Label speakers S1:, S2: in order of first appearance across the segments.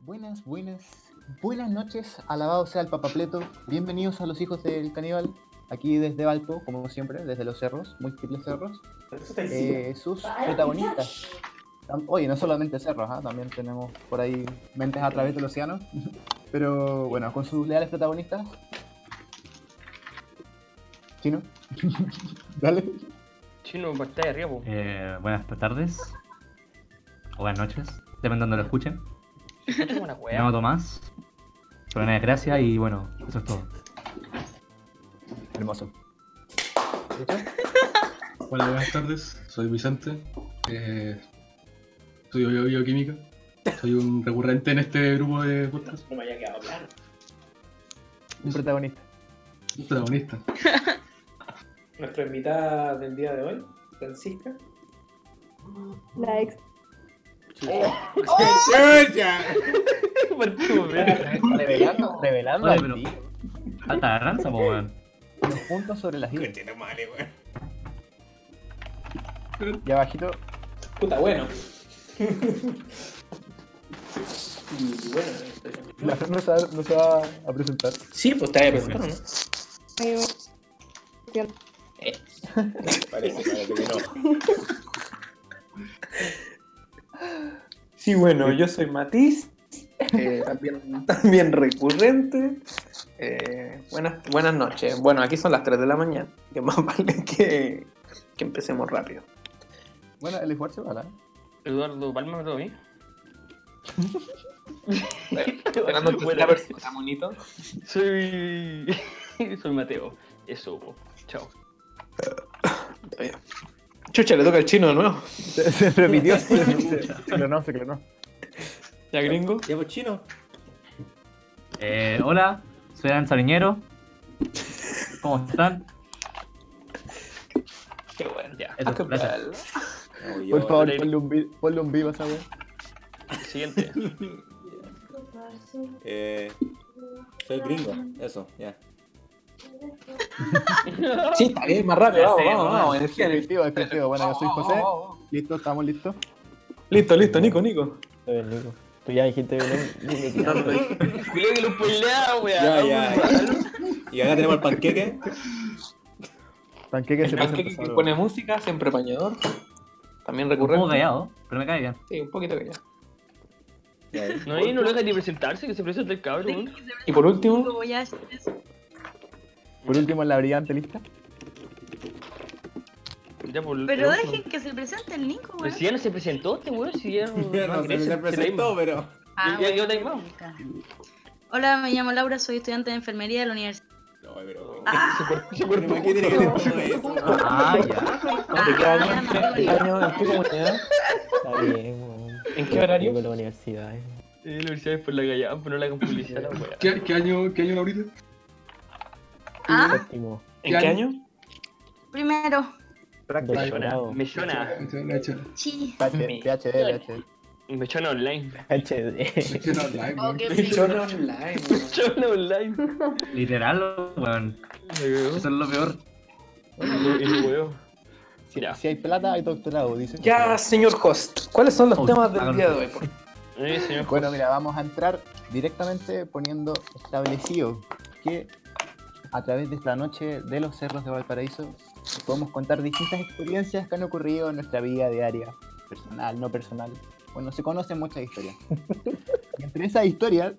S1: Buenas, buenas, buenas noches, alabado sea el papapleto. Bienvenidos a los hijos del caníbal, aquí desde Valpo, como siempre, desde los cerros, múltiples cerros.
S2: Pero eso está encima.
S1: Eh, sus protagonistas. Tam- Oye, no solamente cerros, ¿ah? también tenemos por ahí mentes a través del océano. Pero bueno, con sus leales protagonistas. Chino, dale.
S3: Chino, pantalla arriba, po.
S4: Eh, buenas tardes. O buenas noches. Depende de donde lo escuchen.
S3: Escucha como una
S4: Me
S3: wea.
S4: llamo Tomás. Soy una desgracia y bueno, eso es todo.
S1: Hermoso.
S5: Hola, buenas tardes. Soy Vicente. Eh, estudio bio- bioquímica. Soy un recurrente en este grupo de podcast.
S2: pues, No me haya quedado claro.
S1: Un protagonista.
S5: Un protagonista.
S2: Nuestra invitada del día de hoy, Francisca.
S6: La ex.
S3: Por tu wea.
S1: Revelando, revelando.
S4: Oye,
S1: al
S4: pero-
S1: tiro.
S4: Alta ranza, po, weón.
S1: Los puntos sobre las islas. Y abajito,
S2: Puta, bueno. y bueno, este-
S1: la Fran no se va, no se va a presentar.
S2: sí, pues te había presentado, ¿no?
S7: Parece, parece que no.
S2: Sí, bueno, yo soy Matiz, eh, también, también recurrente. Eh, buenas, buenas noches. Bueno, aquí son las 3 de la mañana, que más vale que, que empecemos rápido.
S1: Bueno, el esfuerzo va,
S3: Eduardo Palma me tocó a mí.
S2: Fernando, ¿tú eres
S3: Buenas
S2: la persona, monito?
S3: Soy. Soy Mateo. Eso, po. Chao.
S2: Chucha, le toca al chino de nuevo.
S1: Se repitió. se clonó, se clonó.
S2: Ya gringo.
S7: Ya, pues chino.
S4: Eh, hola, soy Dan Sariñero. ¿Cómo están?
S2: Qué bueno.
S3: Ya.
S4: Eso,
S2: Ah, qué
S4: gracias.
S2: tal.
S7: No, yo-
S1: Por favor, ponle un, vi- ponle un viva a esa wea.
S3: Siguiente.
S7: Eh, soy gringo. Eso, ya.
S2: Sí, está bien, más rápido. Vamos,
S3: Sí,
S2: vamos,
S3: bueno.
S2: vamos. Energía, energía.
S1: Efectivo, efectivo. Bueno, yo soy
S2: Vamos,
S1: José.
S2: vamos, vamos.
S1: Listo, estamos listos.
S2: Listo, listo, Nico, Nico.
S8: Tú ya dijiste Belén.
S2: No, no, no.
S3: Cuidado que lo spoilea, wea.
S7: Ya, ya, Y acá tenemos el panqueque.
S1: Panqueque se pasa
S2: Aunque que pone música, siempre apañador. También
S4: Un poco
S2: recurrente.
S4: callado, pero me cae bien.
S2: Sí, un poquito que ya.
S7: Ya, ahí.
S3: No, y no lo deja ni presentarse, que se presenta el cabrón.
S2: Y por último,
S9: Como ya es-
S1: Por último, la brillante lista.
S3: Ya, por
S9: Pero dejen que se presente el Nico,
S3: Pero
S9: weón.
S3: si ya no se presentó este weón, si ya
S7: Ya no se
S3: ingresa,
S7: me
S3: si la
S7: presentó,
S3: misma.
S7: pero.
S9: Ah,
S3: ya- ya
S9: weón,
S3: te llamamos.
S9: puta. Hola, me llamo Laura, soy estudiante de enfermería de la universidad.
S7: No, pero.
S3: Su cuerpo- su
S7: Pero
S3: cuerpo-
S7: ¿para qué tiene que tener todo eso?
S4: Ah, ya.
S2: ¿de qué año?
S9: Ah, ya
S2: ¿En
S9: me
S2: qué- de qué
S9: acuerdo.
S2: año? ¿En qué comunidad?
S8: Está bien, weón.
S2: ¿En qué horario?
S8: Con la universidad, eh.
S3: Eh, La universidad es por la callada, pero no la hagan publicidad, la wea.
S5: ¿Qué, qué año, qué año ahorita?
S9: Ah,
S8: Séptimo.
S2: ¿En qué año?
S9: primero.
S3: Me
S8: Doctorado.
S3: suena, me suena,
S5: La hecha-
S9: Sí.
S1: PH,
S3: Mi-
S1: PHD, PHD.
S3: me suena online.
S5: la
S8: HD.
S5: hecha era online,
S9: Oh,
S5: ¿no?
S9: qué
S2: Yo
S9: rico.
S2: no online.
S3: Me suena online.
S4: Literal, weón.
S3: Me
S4: Eso es lo peor.
S3: cagó. Y lo huevo.
S1: Si,
S3: Ya.
S1: si hay plata, hay doctorado, dicen.
S2: Ya, señor host, ¿cuáles son los
S4: Oh,
S2: temas del
S4: hágalo.
S2: día de hoy? por-
S3: Eh, señor
S1: Bueno, mira, vamos a entrar directamente poniendo establecido que a través de esta noche de los cerros de Valparaíso podemos contar distintas experiencias que han ocurrido en nuestra vida diaria, personal, no personal. Bueno, se conocen muchas historias. Y entre esas historias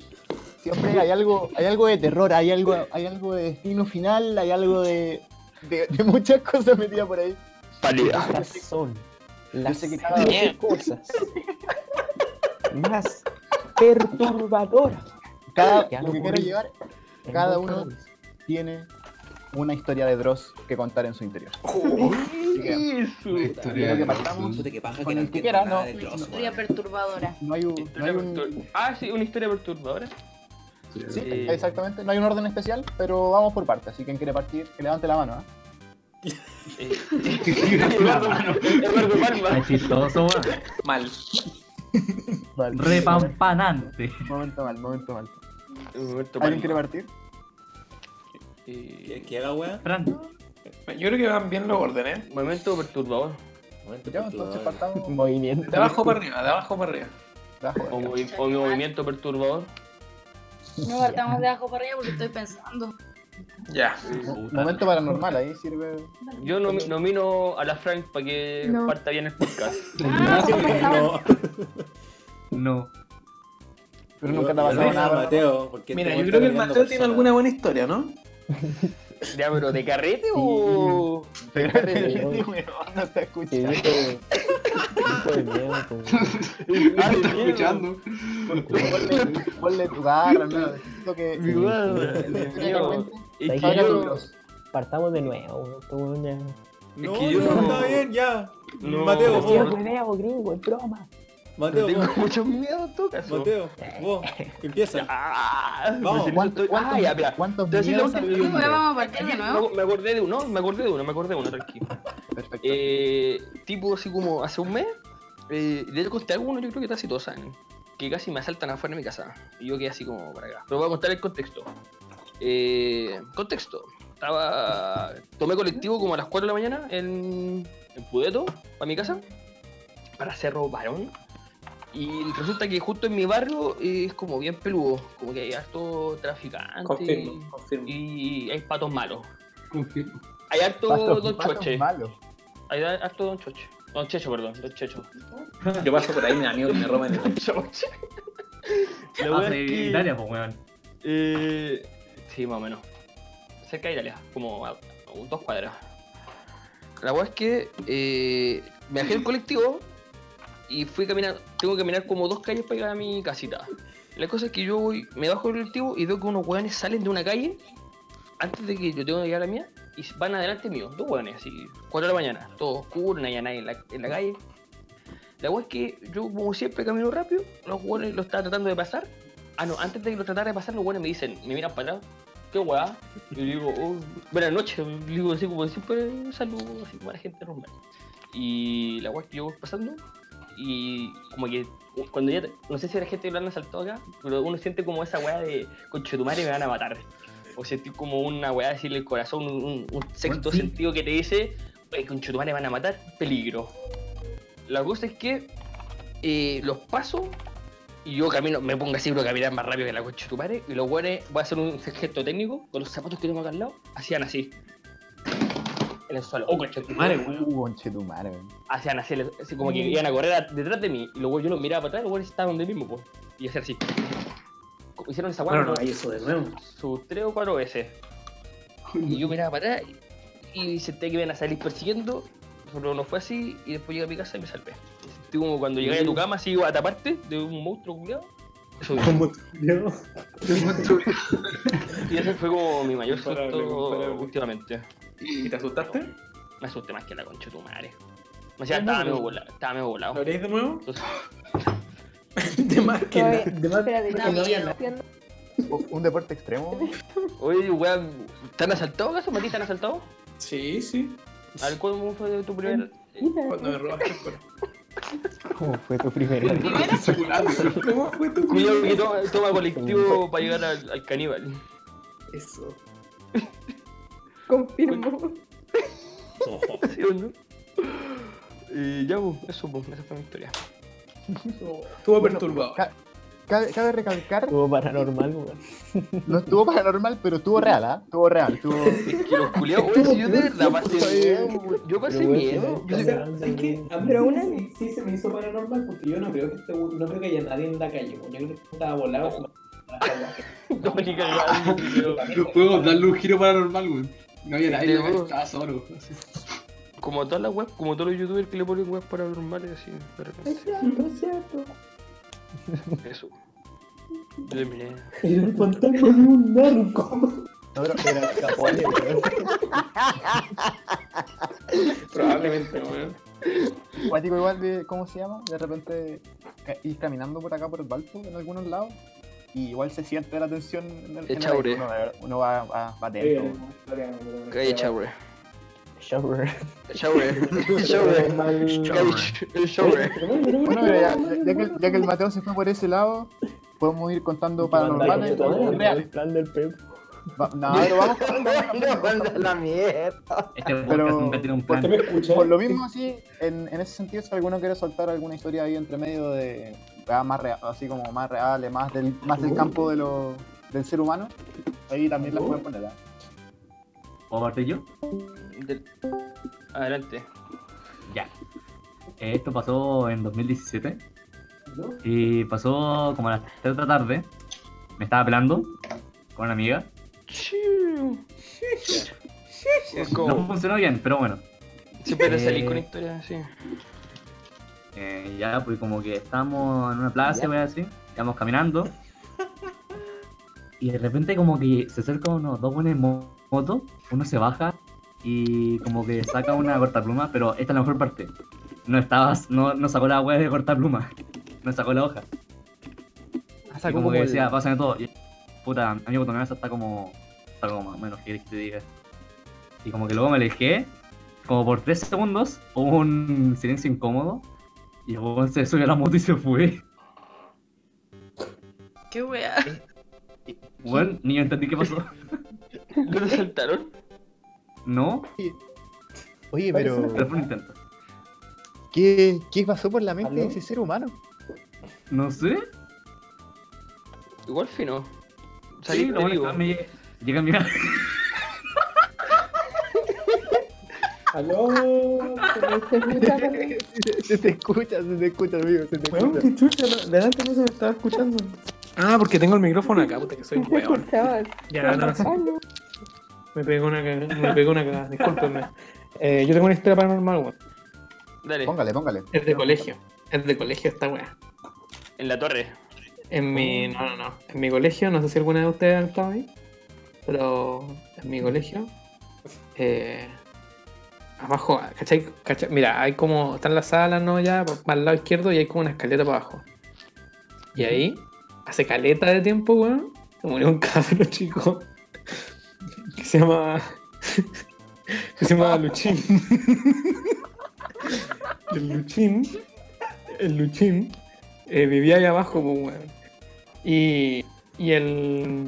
S1: siempre hay algo, hay algo de terror, hay algo, hay algo de destino final, hay algo de, de- de muchas cosas metidas por ahí.
S3: pálida.
S8: Las son
S1: Yo
S8: las
S1: sé que cada-
S8: cosas más perturbadoras.
S1: cada,
S8: que han
S1: lo que quiero
S8: ocurrido
S1: llevar,
S8: en
S1: cada
S8: los
S1: uno
S8: países.
S1: tiene una historia de Dross que contar en su interior. Así que-
S3: Eso.
S5: La historia
S1: Creo que
S5: de los-
S1: partamos.
S7: Puta, qué paja
S1: Con
S7: que no
S1: el que quiera,
S7: entiendo nada
S1: no.
S7: de Dross,
S9: Historia
S7: weón.
S9: perturbadora.
S1: No hay un, no hay
S3: Historia
S1: un-
S3: pertur- Ah, sí, una historia perturbadora.
S5: Sí,
S1: sí,
S3: Eh.
S1: exactamente, no hay un orden especial, pero vamos por partes. Así que quien quiere partir, que levante la mano. ¿eh?
S3: Eh,
S5: Eduardo,
S3: Eduardo
S4: Está
S3: Palma.
S4: chistoso, weón.
S2: Mal.
S1: Vale.
S4: Repampanante.
S1: Momento mal, momento mal.
S3: Roberto
S1: ¿Alguien
S3: Palma.
S1: quiere partir?
S3: Eh,
S7: ¿Qué- ¿Qué haga, weón?
S4: Fran,
S2: Yo creo que van bien los órdenes. ¿eh?
S3: Momento perturbador.
S7: Momento
S1: Ya,
S7: perturbador.
S1: entonces partamos.
S8: Movimiento.
S2: De abajo para arriba, de abajo para arriba.
S1: Bajo,
S3: O,
S1: arriba.
S3: movi- o mi movimiento perturbador.
S9: No partamos de abajo para arriba porque estoy pensando.
S2: Ya.
S1: Momento paranormal, ahí sirve.
S3: Yo nomi- nomino a la Frank para que
S6: No.
S3: parta bien el podcast.
S6: Ah,
S7: No,
S4: No.
S1: Pero nunca te ha
S7: no,
S1: pasado
S7: no,
S1: nada.
S7: Mateo, porque
S2: Mira,
S7: este
S2: yo
S7: weón
S2: creo que el
S7: está
S2: Mateo
S7: rodeando
S2: tiene
S7: personas.
S2: alguna buena historia, ¿no?
S3: Ya, pero ¿de carrete o...?
S1: Pero
S8: Sí.
S1: no te
S8: Que
S1: escuché.
S8: dijo. dijo de miedo, pues.
S5: Ah, me está escuchando.
S1: Ponle tu garra, no. Necesito que.
S3: Mi madre, Dios
S1: que
S3: mío.
S1: cuente.
S3: Es
S8: Ahí
S3: que
S1: Habla con
S3: yo...
S1: los-
S8: Partamos de nuevo, weón, este weón ya.
S7: No,
S3: Es que yo
S7: no,
S3: no-
S7: está bien, ya.
S3: No.
S7: Mateo,
S3: Sí,
S8: Decía
S7: vos.
S8: hueveo, gringo, es broma.
S7: Mateo,
S3: Tengo
S7: vos.
S3: mucho miedo en todo caso.
S7: Mateo, vos. Empieza.
S3: Ah,
S7: Vamos.
S3: pues,
S1: ¿Cuántos,
S3: estoy-
S1: cuántos,
S3: Ah, ya, mira.
S1: cuántos
S3: Te voy a decir la
S1: miedos
S3: última-
S1: ha
S9: Bueno,
S1: vivido?
S9: vamos a partir de nuevo.
S3: Me acordé de uno, me acordé de uno, me acordé de uno, tranquilo.
S1: Perfecto.
S3: Eh, tipo así como hace un mes, eh, le conté a alguno, yo creo que casi todos saben, que casi me asaltan afuera de mi casa. Y yo quedé así como para acá. Pero voy a contar el contexto. Eh, contexto. Estaba. Tomé colectivo como a las 4 de la mañana en, en Pudeto, para mi casa, para Cerro Barón. Y resulta que justo en mi barrio eh, es como bien peludo, como que hay harto traficante.
S2: Confirmo, confirmo.
S3: Y hay patos malos.
S5: Confirmo.
S3: Hay harto
S1: Pasos-
S3: Don
S1: pasos
S3: Choche.
S1: malos.
S3: Ahí da harto Don Choche. Don Checho, perdón. Don Checho.
S2: Yo paso por ahí, me da miedo que me roben el.
S3: Choche. La
S4: Ah,
S3: wea
S4: soy
S3: es
S4: de
S3: que-
S4: Italia, pues, weón.
S3: eh, sí, más o menos. Cerca de Italia, como a, a un- dos cuadras. La wea es que eh, me bajé del colectivo y fui caminar. Tengo que caminar como dos calles para llegar a mi casita. La cosa es que yo voy, me bajo del colectivo y veo que unos weones salen de una calle antes de que yo tenga que llegar a la mía y van adelante mío. Dos weones, así, 4 de la mañana, todo oscuro, no hay nadie en la, en la calle. La wea es que yo, como siempre, camino rápido. Los weones los estaba tratando de pasar Ah, no, antes de que lo tratara de pasar, los buenos me dicen, me miran para atrás, qué weá. Y yo digo, oh, buenas noches, le digo así como siempre, un saludo, así como a la gente normal. Y la weá que yo voy pasando, y como que uh, cuando ya, no sé si la gente lo han asaltado acá, pero uno siente como esa weá de, conche tu madre me van a matar. O sentir como una weá decirle el corazón, un, un- un sexto
S4: sí.
S3: sentido que te dice, "Oye, conche tu madre me van a matar, peligro. La cosa es que eh, los paso y yo camino, me pongo así, pero caminar más rápido que la coche de tu padre. Y los guanes, voy a hacer un gesto técnico, con los zapatos que tengo acá al lado, hacían así. En el suelo. Oh, coche de tu madre, weón.
S1: Uh, conchetumare, weón.
S3: Hacían así, así como que iban a correr a- detrás de mí. Y luego yo los miraba para atrás, los guanes estaban donde mismo, pues. Y hacían así. Co- Hicieron esa guana
S2: Bueno, no, ahí eso de nuevo.
S3: sus tres o cuatro veces. Y yo miraba para atrás y senté que me iban a salir persiguiendo, pero no fue así. Y después llegué a mi casa y me salvé. Sentí como cuando llegué a tu cama, así iba a taparte de un monstruo culiado. Eso mismo. Y ese fue como mi mayor
S2: Comparable,
S3: susto
S2: comparable.
S3: últimamente.
S2: ¿Y te asustaste?
S3: Me asusté más que la concha de tu madre. O sea, estaba medio volado. Estaba medio
S2: ¿Lo
S3: volado.
S2: haréis de nuevo?
S3: Entonces,
S2: De más que
S6: Oye,
S2: nada, de más
S6: eh, espérate,
S2: que
S6: yo
S9: no
S6: estoy
S9: había nada.
S6: haciendo-
S1: O- ¿Un deporte extremo?
S3: Oye, weón, ¿te han asaltado acaso? ¿Mati te han asaltado?
S2: Sí, sí.
S3: A ver, ¿cómo fue tu primer...?
S2: Cuando me robaste el cuerpo.
S8: ¿Cómo fue tu primera?
S2: ¿Cómo fue tu
S3: Cuidado que toma, toma colectivo para llegar al, al caníbal.
S2: Eso.
S6: Confirmo.
S3: ¿Sí o no? Y ya, pues, eso, pues, esa fue mi historia.
S2: Estuvo perturbado.
S1: ca- Cabe, cabe recalcar,
S8: Estuvo paranormal, weón.
S1: no estuvo paranormal, pero estuvo real, ¿ah? Estuvo real, estuvo...
S3: Es que los culiados, oye, si yo de verdad pasé
S4: eh.
S3: miedo, weón. Yo pasé
S8: Pero, weón,
S3: miedo.
S8: ¿qué
S2: O
S8: tal?
S2: sea, es que a mí
S6: Pero
S2: sí,
S6: una-
S2: sí, sí se me hizo paranormal porque yo no creo que este, no creo que haya nadie en la calle. weón. Yo creo que estaba volado. como-
S3: No, ni cagado, culiao.
S5: No puedo darle un giro paranormal, weón. No había nadie,
S3: Te juro.
S5: estaba solo. así.
S3: Como todas las webs, como todos los youtubers que le ponen webs paranormales así, de repente.
S6: Es cierto, es cierto.
S3: Eso. Yo terminé.
S2: Era el fantasma de un narco.
S1: No, pero era escapole, weón.
S2: Probablemente, weón.
S1: Cuático igual de, ¿cómo se llama? De repente ca- ir caminando por acá por el Balpo en algunos lados y igual se siente la tensión en el,
S3: Qué
S1: en el
S3: chaure.
S1: aire. uno, va- uno va, va, va atento. weón.
S3: Calle Chaure.
S8: Shower.
S3: Chaure. Chaure.
S4: Este
S3: Calle Chaure.
S1: Bueno, pero ya, ya que, el- ya que el Mateo se fue por ese lado, podemos ir contando paranormales y
S8: El
S1: reales.
S8: plan del Pep.
S1: Va- No, pero vamos con-
S3: La mierda.
S4: Este podcast
S1: Pero-
S4: nunca tiene un
S2: ¿Por
S4: plan.
S2: qué me escuchas?
S1: Por lo mismo, así, en, en ese sentido, si alguno quiere soltar alguna historia ahí entre medio de, weas más rea- así como más reales, más del, más del campo de lo, del ser humano, ahí también las pueden poner. ¿ah?
S4: ¿Puedo partir yo?
S3: Del- Adelante.
S4: Ya. Eh, Esto pasó en 2017. Y pasó como a las 3 de la tarde. Me estaba pelando con una amiga.
S3: Es
S4: No
S3: como.
S4: funcionó bien, pero bueno.
S3: Siempre salí
S4: Eh.
S3: con historias así.
S4: Eh, ya, pues como que estábamos en una plaza, voy así, íbamos caminando. Y de repente como que se acerca unos dos buenos en mo- moto, uno se baja y como que saca una cortapluma, pero esta es la mejor parte. No estabas, no, no sacó la hueá de cortapluma, no sacó la hoja. Y como, que decía, pásame todo. Y, puta, amigo, tu amenaza está como. Está como más o menos, ¿qué querés que te diga? Y como que luego me alejé, como por tres segundos, hubo un silencio incómodo. Y luego se subió a la moto y se fue.
S9: Qué wea.
S4: Bueno, ni yo entendí qué pasó.
S3: ¿No lo saltaron?
S4: No,
S1: Oye, pero
S4: pero fue un intento.
S1: ¿qué, qué pasó por la mente
S8: ¿Aló?
S1: de ese ser humano?
S4: No sé.
S3: Igual fino.
S4: Sí,
S3: Salí
S4: lo bueno es
S3: vivo.
S4: que me llegué- llegué a mi casa.
S2: ¡Aló!
S1: Se te escucha, se te escucha, amigo, se te
S2: Weón,
S1: escucha.
S2: qué chucha, no- de antes no se me estaba escuchando. Ah, porque tengo el micrófono acá, puta que soy
S6: ¿Qué
S2: weón.
S6: escuchabas?
S2: Ya, no, no,
S6: Aló.
S2: me pegó una cagada, me pegó una cagada, discúlpenme. Eh, yo tengo una historia paranormal, weón.
S3: Dale,
S1: Póngale, póngale.
S2: Es de colegio, es de colegio esta weá.
S3: en la torre.
S2: En mi. No, no, no. En mi colegio, no sé si alguna de ustedes han estado ahí, pero en mi colegio. eh, abajo, ¿cachai? ¿Cachai? Mira, hay como. Están las salas, ¿no? Ya, por- para el lado izquierdo y hay como una escalera para abajo. Y ahí, hace caleta de tiempo, weón, se murió un cabrón chico. Que se llama. Que se llama Luchín. El Luchín. El Luchín eh, vivía ahí abajo, pues, weón. Y, y el.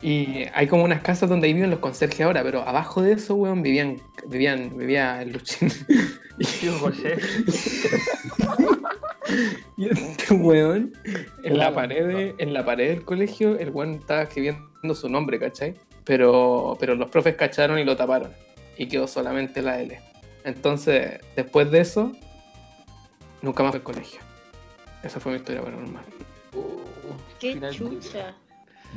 S2: Y hay como unas casas donde ahí viven los conserjes ahora, pero abajo de eso, weón, vivían, vivían, vivía el Luchín.
S3: Tío José.
S2: Y este weón, en la pared, de- en la pared del colegio, el weón estaba escribiendo su nombre, ¿cachai? Pero, pero los profes cacharon y lo taparon. Y quedó solamente la L. Entonces, después de eso, nunca más fue al colegio. Esa fue mi historia paranormal.
S3: Uh,
S9: Qué
S3: final-
S9: chucha.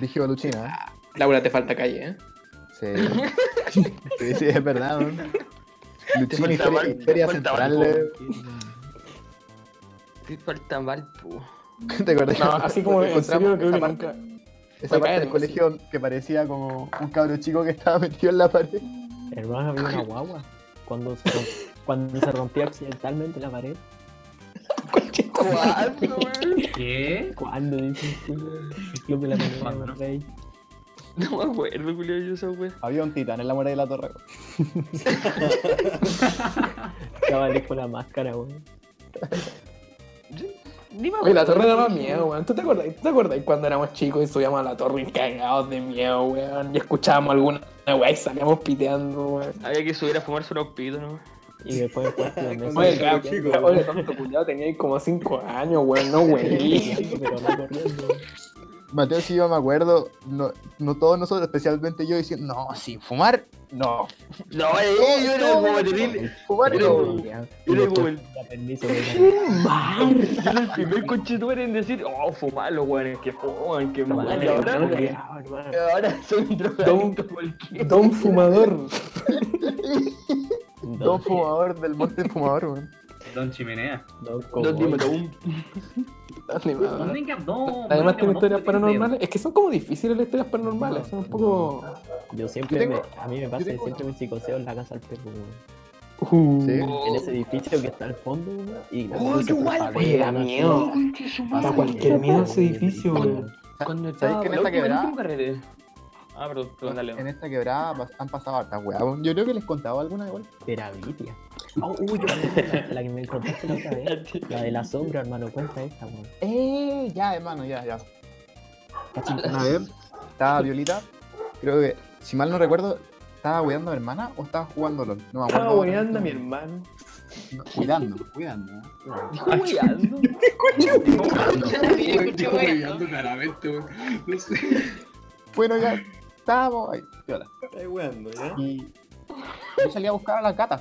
S1: Dije Baluchina,
S2: Laura, te falta calle, ¿eh?
S1: ¿eh? Sí. sí, sí, es verdad, ¿no?
S3: Te
S1: Luchina,
S3: falta
S1: historia,
S3: Val-
S1: historia
S3: te falta
S1: central.
S3: Valpo.
S1: eh.
S3: Te falta mal, pu.
S1: ¿Te acordás?
S2: No, así como en serio, creo
S1: esa
S2: que
S1: parte,
S2: nunca.
S1: esa parte del
S2: Cállate,
S1: colegio que parecía como un cabro chico que estaba metido en la pared.
S8: Hermano, había una guagua. Cuando se, rom- cuando se rompió accidentalmente la pared.
S3: ¿Cuándo, weón?
S4: ¿Qué?
S8: Cuando dices tú, el club de la
S4: Cuando,
S8: mañana,
S4: ¿no?
S8: rey.
S3: No me acuerdo, Julio, yo esa wea.
S1: Había un titán en la muralla de la torre.
S8: Cabales con la máscara, weón.
S3: Ni me
S2: Oye, Ah, la
S3: acuerdo.
S2: torre daba miedo, weón. ¿Tú te acordás? ¿Tú te acordás cuando éramos chicos y subíamos a la torre y cagados de miedo, weón? Y escuchábamos alguna weá y salíamos piteando, weón.
S3: Había que subir a fumarse unos pitos, ¿no?
S8: Y después después de meses.
S2: Oye,
S7: claro,
S2: cabrón,
S7: chico.
S2: oye, tonto culiao, tenía como 5 años, weón, no, weón.
S8: Pero no corriendo.
S1: Mateo, si yo me acuerdo, no, no todos nosotros, especialmente yo, diciendo, no, sin fumar, no.
S3: No, eh, yo era como
S1: Sin
S3: Betelín.
S1: Fumar,
S3: Pero-
S1: no.
S8: Ya,
S3: Yo era como el,
S8: ya, permiso, weón.
S3: yo era el primer conchetumare en decir, oh, fumar los weones que fuman, que
S8: Vale,
S3: fuman. Y
S8: weón,
S3: ahora,
S8: culiao, hermano.
S3: ahora son drogadictos cualquiera.
S2: Don fumador.
S1: Don fumador del monte fumador, weón.
S4: Don Chimenea.
S8: Don
S3: Don
S8: Cowboy.
S3: Dimataún.
S1: Ah.
S4: Moringa, Don.
S2: Además tengo
S4: Moringa,
S2: historias
S4: Don,
S2: paranormales. Es que son como difíciles las historias paranormales. Son un poco...
S8: Yo siempre,
S1: Yo tengo-
S8: me- a mí me pasa que
S1: tengo
S8: siempre me psicoseo en la casa del perro, weón.
S1: Sí.
S2: uh.
S8: En ese edificio que está al fondo, weón. Y la
S3: Oh,
S8: cosa se
S3: igual,
S8: propaga,
S2: Oye, da
S8: weón,
S2: miedo. Da cualquier miedo ese edificio, weón.
S3: Cuando
S1: ¿Sabéis que en esta quebrada?
S3: carrera. Ah, perdón, perdón, dale.
S1: En esta quebrada pas- han pasado hartas weas. weón. Yo creo que les contaba alguna igual.
S8: Terabitia. Oh, uy, yo la, la que me contaste la otra vez. La de la sombra, hermano. Cuenta esta, weón.
S1: Eh, ya, hermano, ya, ya.
S8: Cachita.
S1: Una vez estaba Violita, creo que, si mal no recuerdo, estaba weando a mi hermana o estaba jugando LOL. No me acuerdo.
S2: Estaba weando a mi Ah, hermano.
S1: No, cuidando, cuidando. ¿eh?
S3: Dijo hueando.
S5: Estoy hueveando claramente, weón. No sé.
S1: Bueno, ya estamos. Ay, piola.
S7: Está weando, ¿ya?
S1: Y yo salí a buscar a las gatas.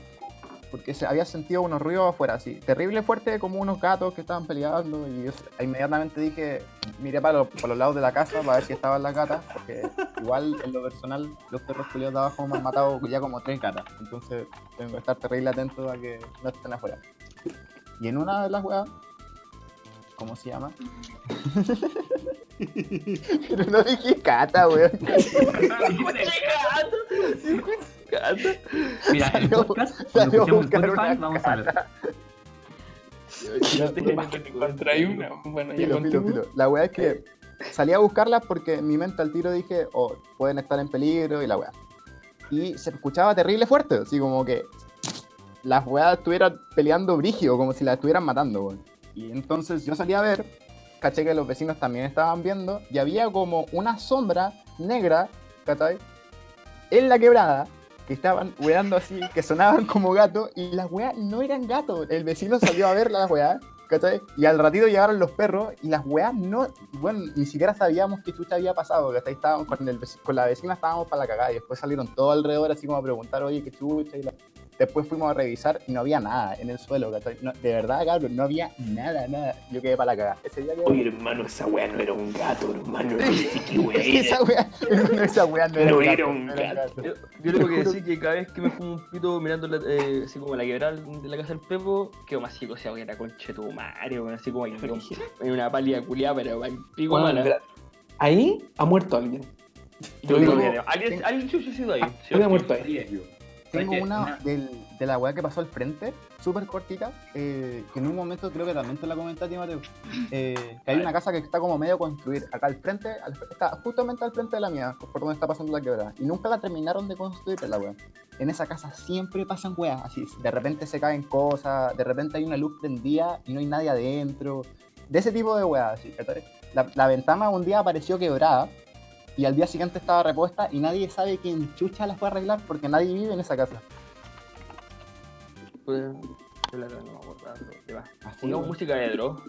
S1: Porque se había sentido unos ruidos afuera, así. Terrible fuerte, como unos gatos que estaban peleando. Y yo inmediatamente dije, miré para, los- para los lados de la casa para ver si estaban las gatas. Porque igual, en lo personal, los perros culiados de abajo me han matado ya como tres gatas. Entonces, tengo que estar terrible atento a que no estén afuera. Y en una de las weas, ¿cómo se llama? Pero no dije gata, weón.
S4: Mira, el
S1: Salió-
S4: podcast, cuando
S1: salió a
S4: escuchemos
S1: buscar
S4: Spotify,
S1: una
S4: vamos a ver.
S2: Contraí una. Bueno, ya
S1: Filo, filo,
S2: continúo.
S1: filo. La weá es que salí a buscarlas porque en mi mente al tiro dije, oh, pueden estar en peligro y la weá. Y se escuchaba terrible fuerte, así como que las weas estuvieran peleando brigio, como si las estuvieran matando, weón. Y entonces yo salí a ver, caché que los vecinos también estaban viendo, y había como una sombra negra, ¿cachai? En la quebrada, que estaban weando así, que sonaban como gatos, y las weas no eran gatos. El vecino salió a ver las weas, ¿cachai? Y al ratito llegaron los perros, y las weas no, bueno, ni siquiera sabíamos qué chucha había pasado, ¿cachai? Estábamos con, el, vec- con la vecina estábamos para la cagada, y después salieron todo alrededor así como a preguntar, oye, qué chucha, y la- Después fuimos a revisar y no había nada en el suelo, ¿cachai? No- de verdad, cabrón, no había nada, nada. Yo quedé para la cagada. Ese día quedé-
S10: Oye, hermano, esa weá no era un gato, hermano. No sé qué weá era.
S1: Esa wea, esa wea no era
S10: No
S1: un
S10: era
S1: gato,
S10: un
S1: no era un gato.
S3: Yo, yo tengo que decir que cada vez que me fumo un pito mirando la, eh, así como la quebrada de la casa del Pepo, quedo más psicoseado que la concha de tu madre, weón, así como en, en una pálida culiada, pero va en pico
S2: Bueno,
S3: mala.
S2: mira, Ahí ha muerto alguien.
S3: Yo digo
S2: tengo-
S3: que alguien, alguien se suicidó ahí. ¿sí?
S2: Alguien ha muerto ahí.
S1: Tengo
S4: Oye,
S1: una
S4: una-
S1: del- de la weá que pasó al frente, súper cortita, eh, que en un momento creo que también te la comentaste, Mateo. eh, que hay una casa que está como medio construir acá al frente, al- está justamente al frente de la mía, por donde está pasando la quebrada. Y nunca la terminaron de construir la weá. En esa casa siempre pasan weas, así, de repente se caen cosas, de repente hay una luz prendida y no hay nadie adentro. De ese tipo de weas, así, ¿cachai? la, la ventana un día apareció quebrada y al día siguiente estaba repuesta y nadie sabe quién chucha la fue a arreglar porque nadie vive en esa casa.
S3: Pues, yo la verdad no me acuerdo. Ya va.
S1: Así,
S3: Pongamos
S1: weón.
S3: música de Dross.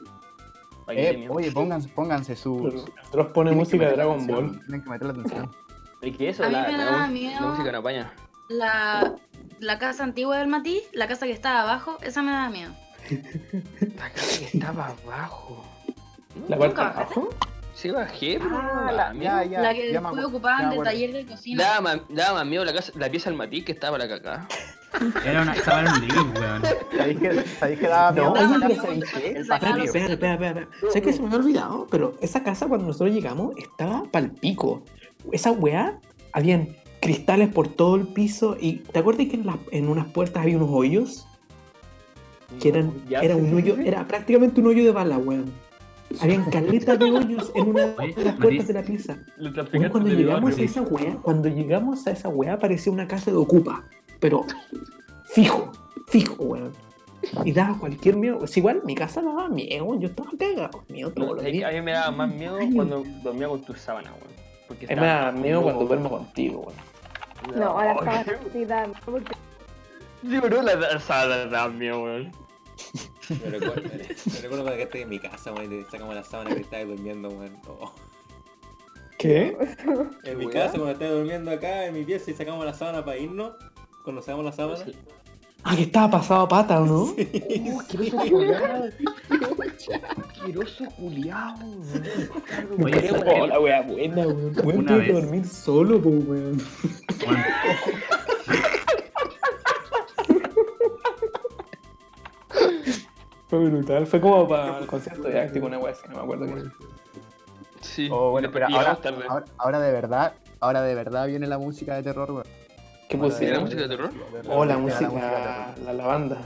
S3: Pa' que
S1: Eh,
S3: te mierda.
S1: oye, pónganse, pónganse su.
S2: Pero Dross pone
S1: tienen que
S2: música de
S1: meter la
S2: Dragon
S1: atención,
S2: Ball.
S1: Tienen que meter la atención.
S3: Es que eso,
S9: A mí
S3: la,
S9: me
S3: la
S9: daba
S3: mu- la
S9: miedo.
S3: música no apaña.
S9: La, la casa antigua del Matiz, la casa que estaba abajo, esa me daba miedo.
S3: La casa que estaba abajo.
S2: La parte de abajo.
S3: Sí, bajé, pero. no,
S1: la-
S3: mami.
S1: ya, ya.
S9: Ah, la que
S1: ya me
S9: después
S1: acuerdo, ya
S9: ocupaban
S1: me
S9: de
S1: acuerdo.
S9: taller de cocina.
S3: Daba, ma- daba más miedo la, casa, la pieza del matiz que estaba la caca.
S4: Era una estaba en un living, weón.
S1: Sabéis que, sabéis que daba miedo.
S9: oye,
S1: sacar
S9: pero ¿sabéis
S1: el-
S9: qué?
S1: el
S9: Sacar
S1: vacío.
S9: los-
S2: Espera, espera, espera, espera. Sé que se me había olvidado, pero esa casa cuando nosotros llegamos estaba pal pico. Esa weá, habían cristales por todo el piso y ¿te acuerdas que en, las- en unas puertas había unos hoyos? Que eran,
S3: Ya
S2: era
S3: sé.
S2: un hoyo, era prácticamente un hoyo de bala, weón. Habían caletas de hoyos en una
S4: Oye,
S2: de las
S4: Maris.
S2: puertas de la pieza.
S3: Lo
S2: Weón,
S3: traficaste
S2: cuando
S3: de
S2: llegamos a
S3: barrio.
S2: esa weá, cuando llegamos a esa weá parecía una casa de ocupa, pero fijo, fijo, weón. Y daba cualquier miedo. Es igual, mi casa daba miedo, weón. yo estaba cagado, miedo todos
S3: No,
S2: los
S3: es que A
S2: días.
S3: mí me daba más miedo
S2: Ay,
S3: cuando dormía con tus sábanas, weón. Porque
S2: A mí me da
S3: estaba-
S2: miedo cuando duermo contigo, weón.
S6: No, ahora está
S3: Ay,
S6: vestida, ¿no? Porque
S3: Yo no la sábana da miedo, weón.
S7: Me recuerdo, me recuerdo cuando quedaste en mi casa, weón, y te sacamos la sábana que estabas durmiendo, weón. Oh.
S2: ¿Qué?
S7: En mi
S3: weá?
S7: casa, cuando estaba durmiendo acá, en mi pieza, y sacamos la sábana para irnos. Cuando sacamos la sábana.
S2: Ah, que estaba pasado a pata, ¿o no?
S3: Oh, asqueroso culiao. Asqueroso culiao.
S4: Oye,
S2: Pero,
S4: esa-
S2: oh, la weá buena, weón. Weón,
S4: Una
S2: tuve que
S4: vez.
S2: dormir solo, po, weón.
S4: Bueno.
S2: Fue brutal, fue como para el concierto de Acti una weá así, no me acuerdo qué.
S3: Sí,
S1: Oh, bueno,
S3: después
S1: espera,
S3: llegamos
S1: ahora, ahora, ahora de verdad, ahora de verdad viene la música de terror, weón.
S2: ¿Qué
S3: ¿Era
S2: pusieron?
S3: música de terror?
S2: Oh, la
S1: Era
S2: música,
S1: de
S2: la,
S1: terror.
S2: la lavanda.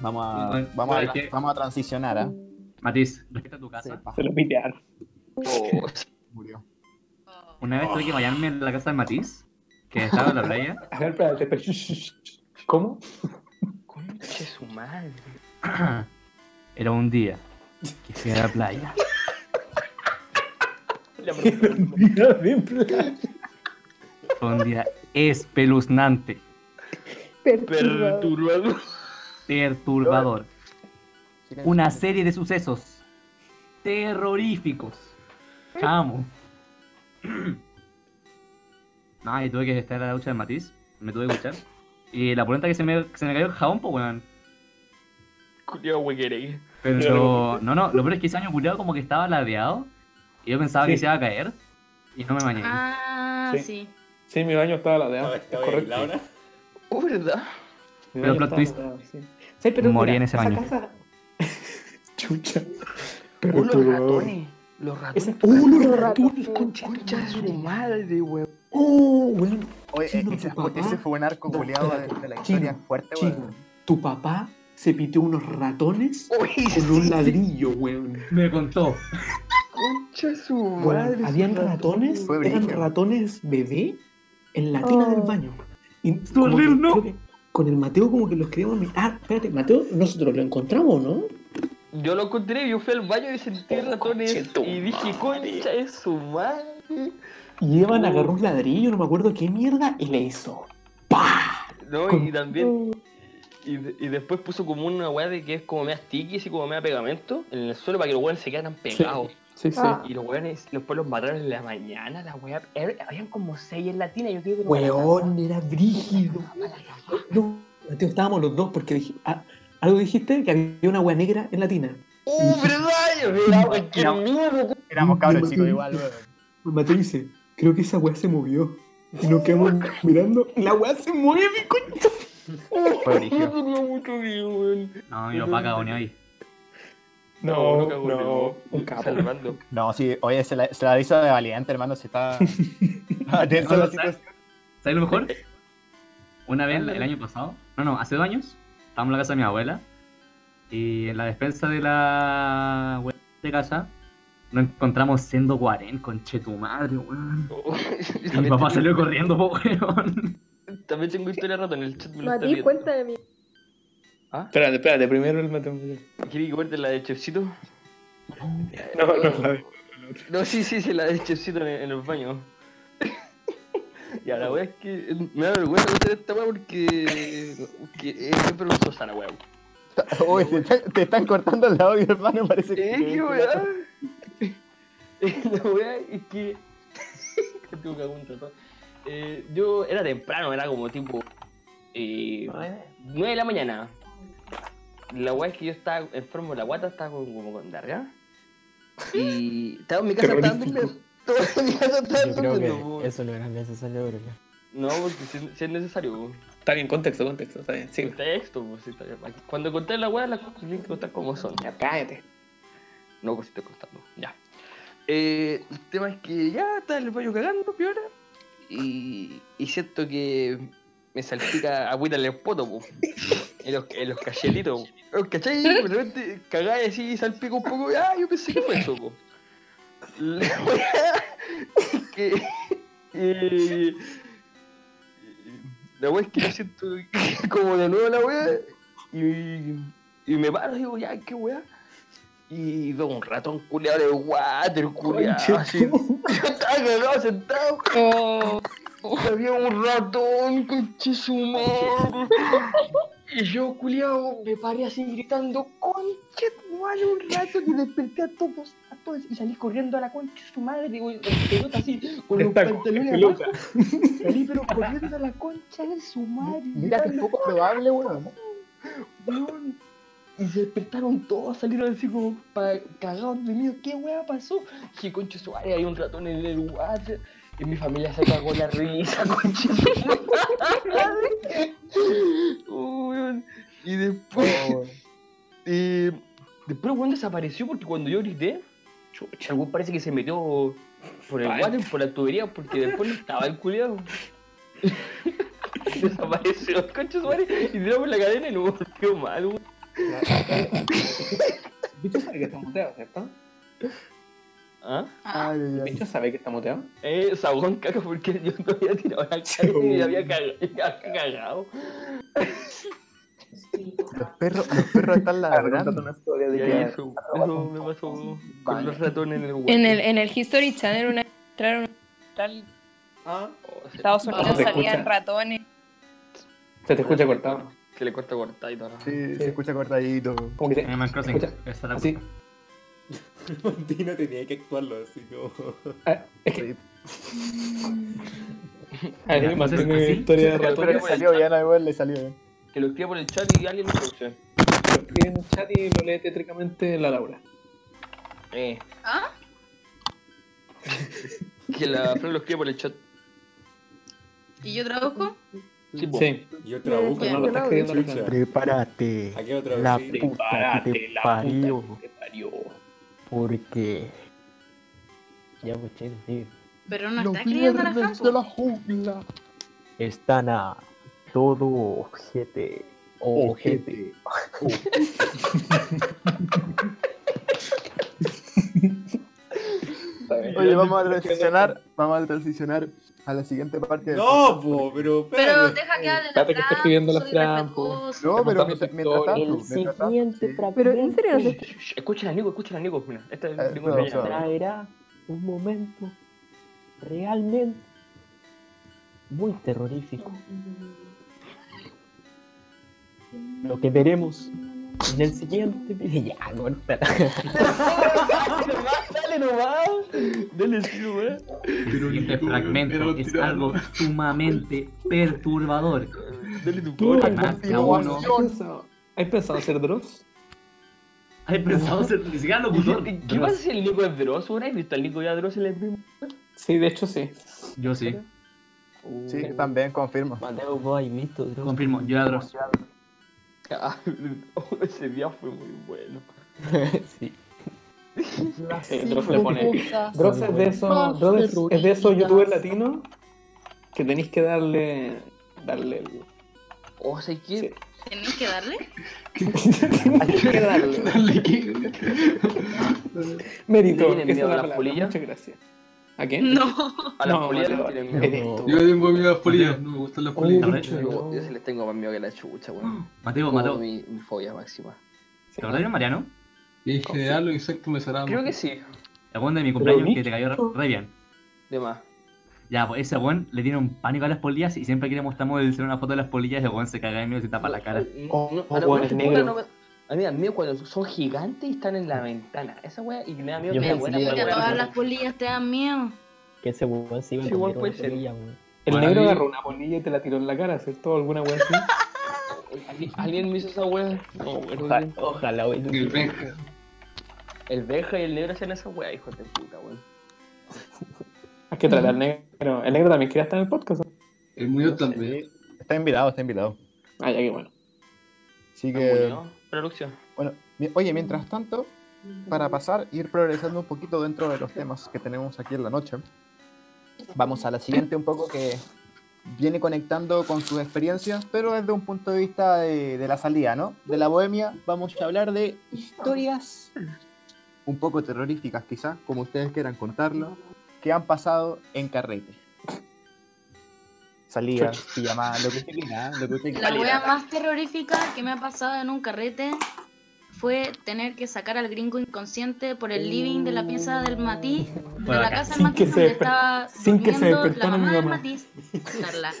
S1: Vamos a,
S4: Bueno,
S1: vamos,
S4: ¿sabes
S1: a,
S4: qué?
S1: vamos a transicionar, ¿ah?
S4: Matiz, respeta tu casa.
S1: Ah,
S2: Se lo pitearon.
S3: Oh,
S1: murió.
S4: Una vez tuve que bañarme en la casa de Matiz, que estaba en la playa.
S2: A ver, espérate, espérate. Shh, shh, shh. ¿Cómo?
S3: conche su madre.
S4: Era un día que fui a la playa.
S3: La pregunta.
S4: Fue un día espeluznante.
S5: Perturbador.
S4: Perturbador. Una serie de sucesos terroríficos. Chamo. Ay, tuve que estar en la ducha de Matiz. Me tuve que escuchar. Y la polenta que se me, que se me cayó el jabón, pues, weón.
S3: Culiao, wey, queréis.
S4: Pero, no, no, lo peor es que ese año culiado como que estaba ladeado. Y yo pensaba que
S2: Sí.
S4: se iba a caer. Y no me bañé.
S9: Ah,
S2: Sí.
S9: sí.
S2: Sí, mi baño estaba ladeado. Es correcto.
S7: Laura.
S3: Oh, ¿verdad?
S2: Mi
S4: Pero
S2: baño
S4: plot
S2: estaba
S4: twist.
S2: ladeado, sí. Sí, pero
S4: Morí
S2: mira,
S4: en ese
S2: esa
S4: baño.
S2: casa- Chucha.
S3: Oh, los
S2: Perturbador.
S3: ratones. Los ratones.
S2: Esa- ¡Oh, los ratones,
S3: Concha de su madre, weón.
S2: ¡Oh, weón!
S1: Oye,
S2: Chino,
S1: ese,
S2: tu
S1: fue-
S2: papá.
S1: ese fue un arco
S2: No,
S1: goleado de,
S2: espérate.
S1: de la
S2: Chino,
S1: historia fuerte,
S2: chino,
S1: weón.
S2: tu papá se pitió unos ratones
S3: Uy,
S2: con un ladrillo, weón.
S5: Me contó.
S3: concha de su madre.
S2: Weón, Habían ratones,
S1: Fue
S2: eran
S1: brillo.
S2: ratones bebé en la tina
S6: Oh.
S2: del baño. Y
S4: Estuvo
S2: como que
S4: horrible, ¿no?
S2: creo que Con el Mateo como que los queríamos mi- Ah, espérate, Mateo, nosotros lo encontramos, ¿no?
S3: Yo lo encontré, yo fui al baño y sentí ratones.
S10: conchetum-
S3: Y dije, concha de su madre.
S2: Y Evan agarró un ladrillo, no me acuerdo qué mierda, y le hizo. ¡Pah!
S3: No,
S2: Con-
S3: y
S6: Mm,
S3: también. Y, de- y después puso como una weá de que es como mea sticky, así como mea pegamento en el suelo para que los weones se quedaran pegados.
S2: Sí, sí.
S6: Ah.
S3: Y los weones después los mataron en la mañana, la weá. Era- Habían como seis en la tina, yo creo que. no-
S2: Weón, era brígido. No, Mateo, estábamos los dos porque dije, ah, algo dijiste que había una wea negra en la tina.
S3: ¡Oh, verdad! Weón, ¡Qué
S1: No.
S3: miedo!
S1: Éramos cabros
S2: Mateo-
S1: chicos igual, weón.
S2: Mateo dice, creo que esa wea se movió. Y nos quedamos mirando. La wea se mueve, coño.
S1: Fue
S3: Yo
S1: brígido.
S3: tenía mucho miedo, weón.
S4: No, mi papá cagó ni ahí.
S2: No,
S3: cagó,
S2: no, un capo.
S3: Salvando.
S1: No, sí, oye, se la, se la hizo de valiente, hermano, se está... Ah, está tensa la situación.
S4: ¿Sabes lo mejor? Una vez el año pasado, no, no, hace dos años, estábamos en la casa de mi abuela y en la despensa de la abuela de casa nos encontramos siendo guarén, conche tu madre, weón. Y mi papá salió corriendo, po, weón.
S3: También tengo historia de rato en el chat. Me lo está
S6: Mati,
S3: pidiendo.
S6: cuenta de mí.
S2: Espérate, espérate, primero el Mateo.
S3: ¿Quieres que cuente la de Chefcito?
S2: No, no, la de-
S3: No, sí, sí, sí, la de Chefcito en, en el baño. y la wea es que me da vergüenza hacer esta wea porque, porque es siempre lo uso la wea.
S1: Oye, te, están- te están cortando el audio, hermano, parece
S3: Eh,
S1: que...
S3: qué wea. la wea es que. tengo que hacer un tratado. Eh, yo era temprano, era como tipo. Eh, 9 de la mañana. La weá es que yo estaba enfermo de la guata, estaba con- como con diarrea. Y estaba en mi casa, estaba durmiendo. Estaba en mi casa, estaba
S8: Yo creo
S3: durmiendo. po.
S8: que eso es lo gran necesario, bro.
S3: No, porque si, si es necesario. po.
S2: Está bien, contexto, contexto, está bien. Sí,
S3: Contexto, po, si está bien. Cuando conté la weá, las cosas tienen que contar como son.
S2: ya cállate.
S3: No, pues si estoy contando, ya. Eh, el tema es que ya está el baño cagando, piola. Y, y siento que me salpica agüita en el poto, po. en, los, en los cachetitos. po. ¿Cachai? De repente cagá y así salpica un poco. Ah, yo pensé que fue eso, po. La weá es que. eh, la weá es que yo siento que como de nuevo la weá. Y, y me paro y digo, ya, qué weá. Y veo un ratón culeado de water, culeado. Así. Yo estaba cagado sentado. Había un ratón, conche su madre. Y yo, culiao, me paré así gritando, conche tu madre, un rato, y desperté a todos, a todos, y salí corriendo a la concha de su madre, digo, en pelota así, con los
S2: Está con
S3: pantalones
S2: pelota.
S3: abajo, salí pero corriendo a la concha de su madre,
S1: Mira, qué poco probable, weón.
S3: weón. Y se despertaron todos, salieron así como pa- cagados de miedo. ¿Qué weá pasó? Dije, conche su madre, hay un ratón en el water. Y mi familia se cagó la risa, conche su madre. Oh, weón. Y después,
S1: Oh,
S3: eh, después el weón desapareció porque cuando yo grité, el weón parece que se metió por el
S2: Ay.
S3: water, por la tubería, porque después no estaba el culiado. Desapareció el conche su madre y tiró por la cadena y no volvió mal, weón.
S2: Bicho sabe que está muteado, ¿cierto?
S3: ¿Ah?
S9: Ah,
S2: Bicho sabe que está muteado.
S3: Eh, Sabón, caca, porque yo no había tirado la cadena y la había caga- y la había cagado.
S1: Los perros, los perros están ladrando.
S2: historia
S3: Y ahí eso, eso me pasó con los ratones en el huevo.
S11: En el, e- en el History Channel una entraron en Estados
S3: Ah,
S11: Unidos
S2: se
S11: salían
S2: escucha.
S11: ratones.
S2: Se te escucha cortado.
S3: Se le corta cortadito. ¿no?
S1: Sí, se escucha cortadito.
S2: Como que te-
S4: Animal Crossing,
S2: escucha,
S4: esa es la
S2: así.
S4: culpa.
S7: Dino tenía que actuarlo así como.
S2: Ah, es que. Ah,
S7: Ya,
S2: sí, mantiene
S7: entonces,
S2: mi
S7: ¿así?
S2: historia de
S3: Pero-
S2: ratón.
S1: Pero le salió bien, a igual le salió bien.
S3: Que lo escriba por el chat y alguien lo escuche.
S2: Escribe en el chat y lo lee tétricamente la Laura.
S3: Eh,
S9: ¿Ah?
S3: que la Flor lo escriba por el chat.
S9: ¿Y yo traduzco?
S3: Sí, po.
S2: Sí.
S7: Yo trabuco,
S9: Sí,
S2: No lo
S7: no lo
S2: está escribiendo la Flor.
S8: Prepárate.
S7: Aquí otro
S8: La
S7: sí.
S8: puta que te parió.
S2: Parió.
S8: Porque. Ya, pues chido, sí.
S9: Pero no está escribiendo la fan.
S1: jungla.
S8: Están a todo ojete.
S2: Oh,
S8: Ojete.
S2: Está bien.
S1: Oye, vamos a transicionar, vamos a transicionar a la siguiente parte del
S7: No, po, pero.
S9: Pero
S7: espérate.
S9: deja que hable la
S2: Espérate que está escribiendo la
S9: soy
S2: Fran,
S9: respetuoso.
S1: No, pero
S2: Contando
S1: mientras,
S2: tu
S1: mientras tanto,
S2: historia.
S8: El
S1: mientras tanto,
S8: siguiente
S1: sí.
S6: Pero en serio, no sé-
S3: Shh, shh, Escuchen al Nico, escuchen al Nico. Mira, esta es
S1: Eh,
S3: Nico
S1: no,
S3: Peña.
S1: no.
S8: traerá un momento realmente muy terrorífico. Lo que veremos en el siguiente video. Ya, no, no, espera. Dale nomás.
S3: Dale, sí, weón.
S4: El
S5: Pero
S4: siguiente
S5: Nico, era
S4: Este fragmento
S5: lo
S4: es
S5: tirado.
S4: algo sumamente perturbador.
S3: Dale tu
S2: Tú,
S4: Hola,
S2: ¿has
S4: Marta,
S2: pensado-
S4: uno.
S2: ¿has pensado- ¿Has pensado hacer Dross?
S4: Hay pensado ser ni siquiera locutor.
S3: ¿Qué qué pasa si el Nico es Dross? ¿Has visto al Nico ya Dross en el mismo?
S2: Sí, de hecho sí.
S4: Yo sí,
S1: Sí,
S3: Uh.
S1: también confirmo.
S8: Mateo, vos has visto, Dross?
S4: confirmo, yo era Dross.
S3: Ah, ese día fue muy bueno.
S8: sí.
S2: Eh, Dross le pone. Dross es de esos, Dross es- es de esos youtubers latinos que tenéis que darle. darle el.
S3: O sea, Oh, ¿qué?
S2: Sí.
S9: ¿Tenés que darle?
S2: Hay que darle.
S5: Dale, que-
S2: Mérito.
S3: ¿Le
S2: Esa
S3: tienen
S2: es
S3: miedo a
S2: la
S3: las
S2: palabra.
S3: polillas?
S2: Muchas gracias. ¿A qué?
S9: No.
S3: A las
S2: No,
S3: polillas
S2: no,
S3: les tienen
S2: no.
S3: miedo.
S5: Yo le tengo miedo a las polillas, no me gustan las polillas.
S4: Uy.
S3: Yo, yo sí les tengo más miedo que la chucha, weón.
S4: Mateo,
S3: Como
S4: Mateo,
S3: Mi, mi fobia máxima.
S2: Sí.
S4: ¿te acordás de Mariano?
S5: Y en general los insectos me cerraban.
S3: Creo que sí.
S4: El weón de mi cumpleaños
S2: Nico.
S4: que te cayó re bien.
S3: De más.
S4: Ya, pues ese weón le dieron pánico a las polillas y siempre que le mostramos el hacer una foto de las polillas, el weón se caga de miedo y se tapa la cara.
S3: Mm, No, no, a la
S2: weón,
S3: weá que
S2: es
S3: puta
S2: negro.
S3: no me- A mí me da miedo cuando son gigantes y están en la ventana. Esa weá, y me da miedo
S8: Yo
S3: que la
S8: pensé
S3: buena
S8: que
S9: Que
S8: era
S3: weá-
S9: todas las polillas te dan miedo.
S8: Que ese weón se iba a
S3: Sí, igual
S8: comer
S3: puede
S8: una
S3: ser.
S8: polilla, weón.
S2: El
S5: Para
S2: negro
S5: mí-
S2: agarró una polilla y te la tiró en la cara, ¿cierto? ¿Alguna wea así?
S3: ¿Alguien- ¿Alguien me hizo esa weá? No, weón.
S8: Ojalá, ojalá, weón.
S5: El Benja.
S3: El Benja y el negro hacen esa weá, hijo de puta, weón.
S2: Hay que tratar al negro. El negro también quería estar en el podcast. ¿no?
S5: El Muñoz también.
S1: Está invitado, está invitado.
S2: Ah, ya que bueno.
S1: Así
S3: No,
S1: que,
S3: ¿no? Producción.
S1: bueno, mi- oye, mientras tanto, para pasar, ir progresando un poquito dentro de los temas que tenemos aquí en la noche, vamos a la siguiente un poco que viene conectando con sus experiencias, pero desde un punto de vista de, de la salida, ¿no? De la bohemia, vamos a hablar de historias un poco terroríficas quizás, como ustedes quieran contarlo, que han pasado en carrete. Salidas, pijamadas, lo que usted quiera, ¿eh? lo que usted quiera.
S9: La wea más terrorífica que me ha pasado en un carrete fue tener que sacar al gringo inconsciente por el living de la pieza del Matiz, de
S4: Para
S9: la
S4: acá.
S9: casa del
S2: Sin que
S9: Matiz
S2: se
S9: donde
S2: desper-
S9: estaba
S2: sin que se
S9: durmiendo la
S2: despertara mi
S9: mamá del
S2: mamá.
S9: Matiz, Carla,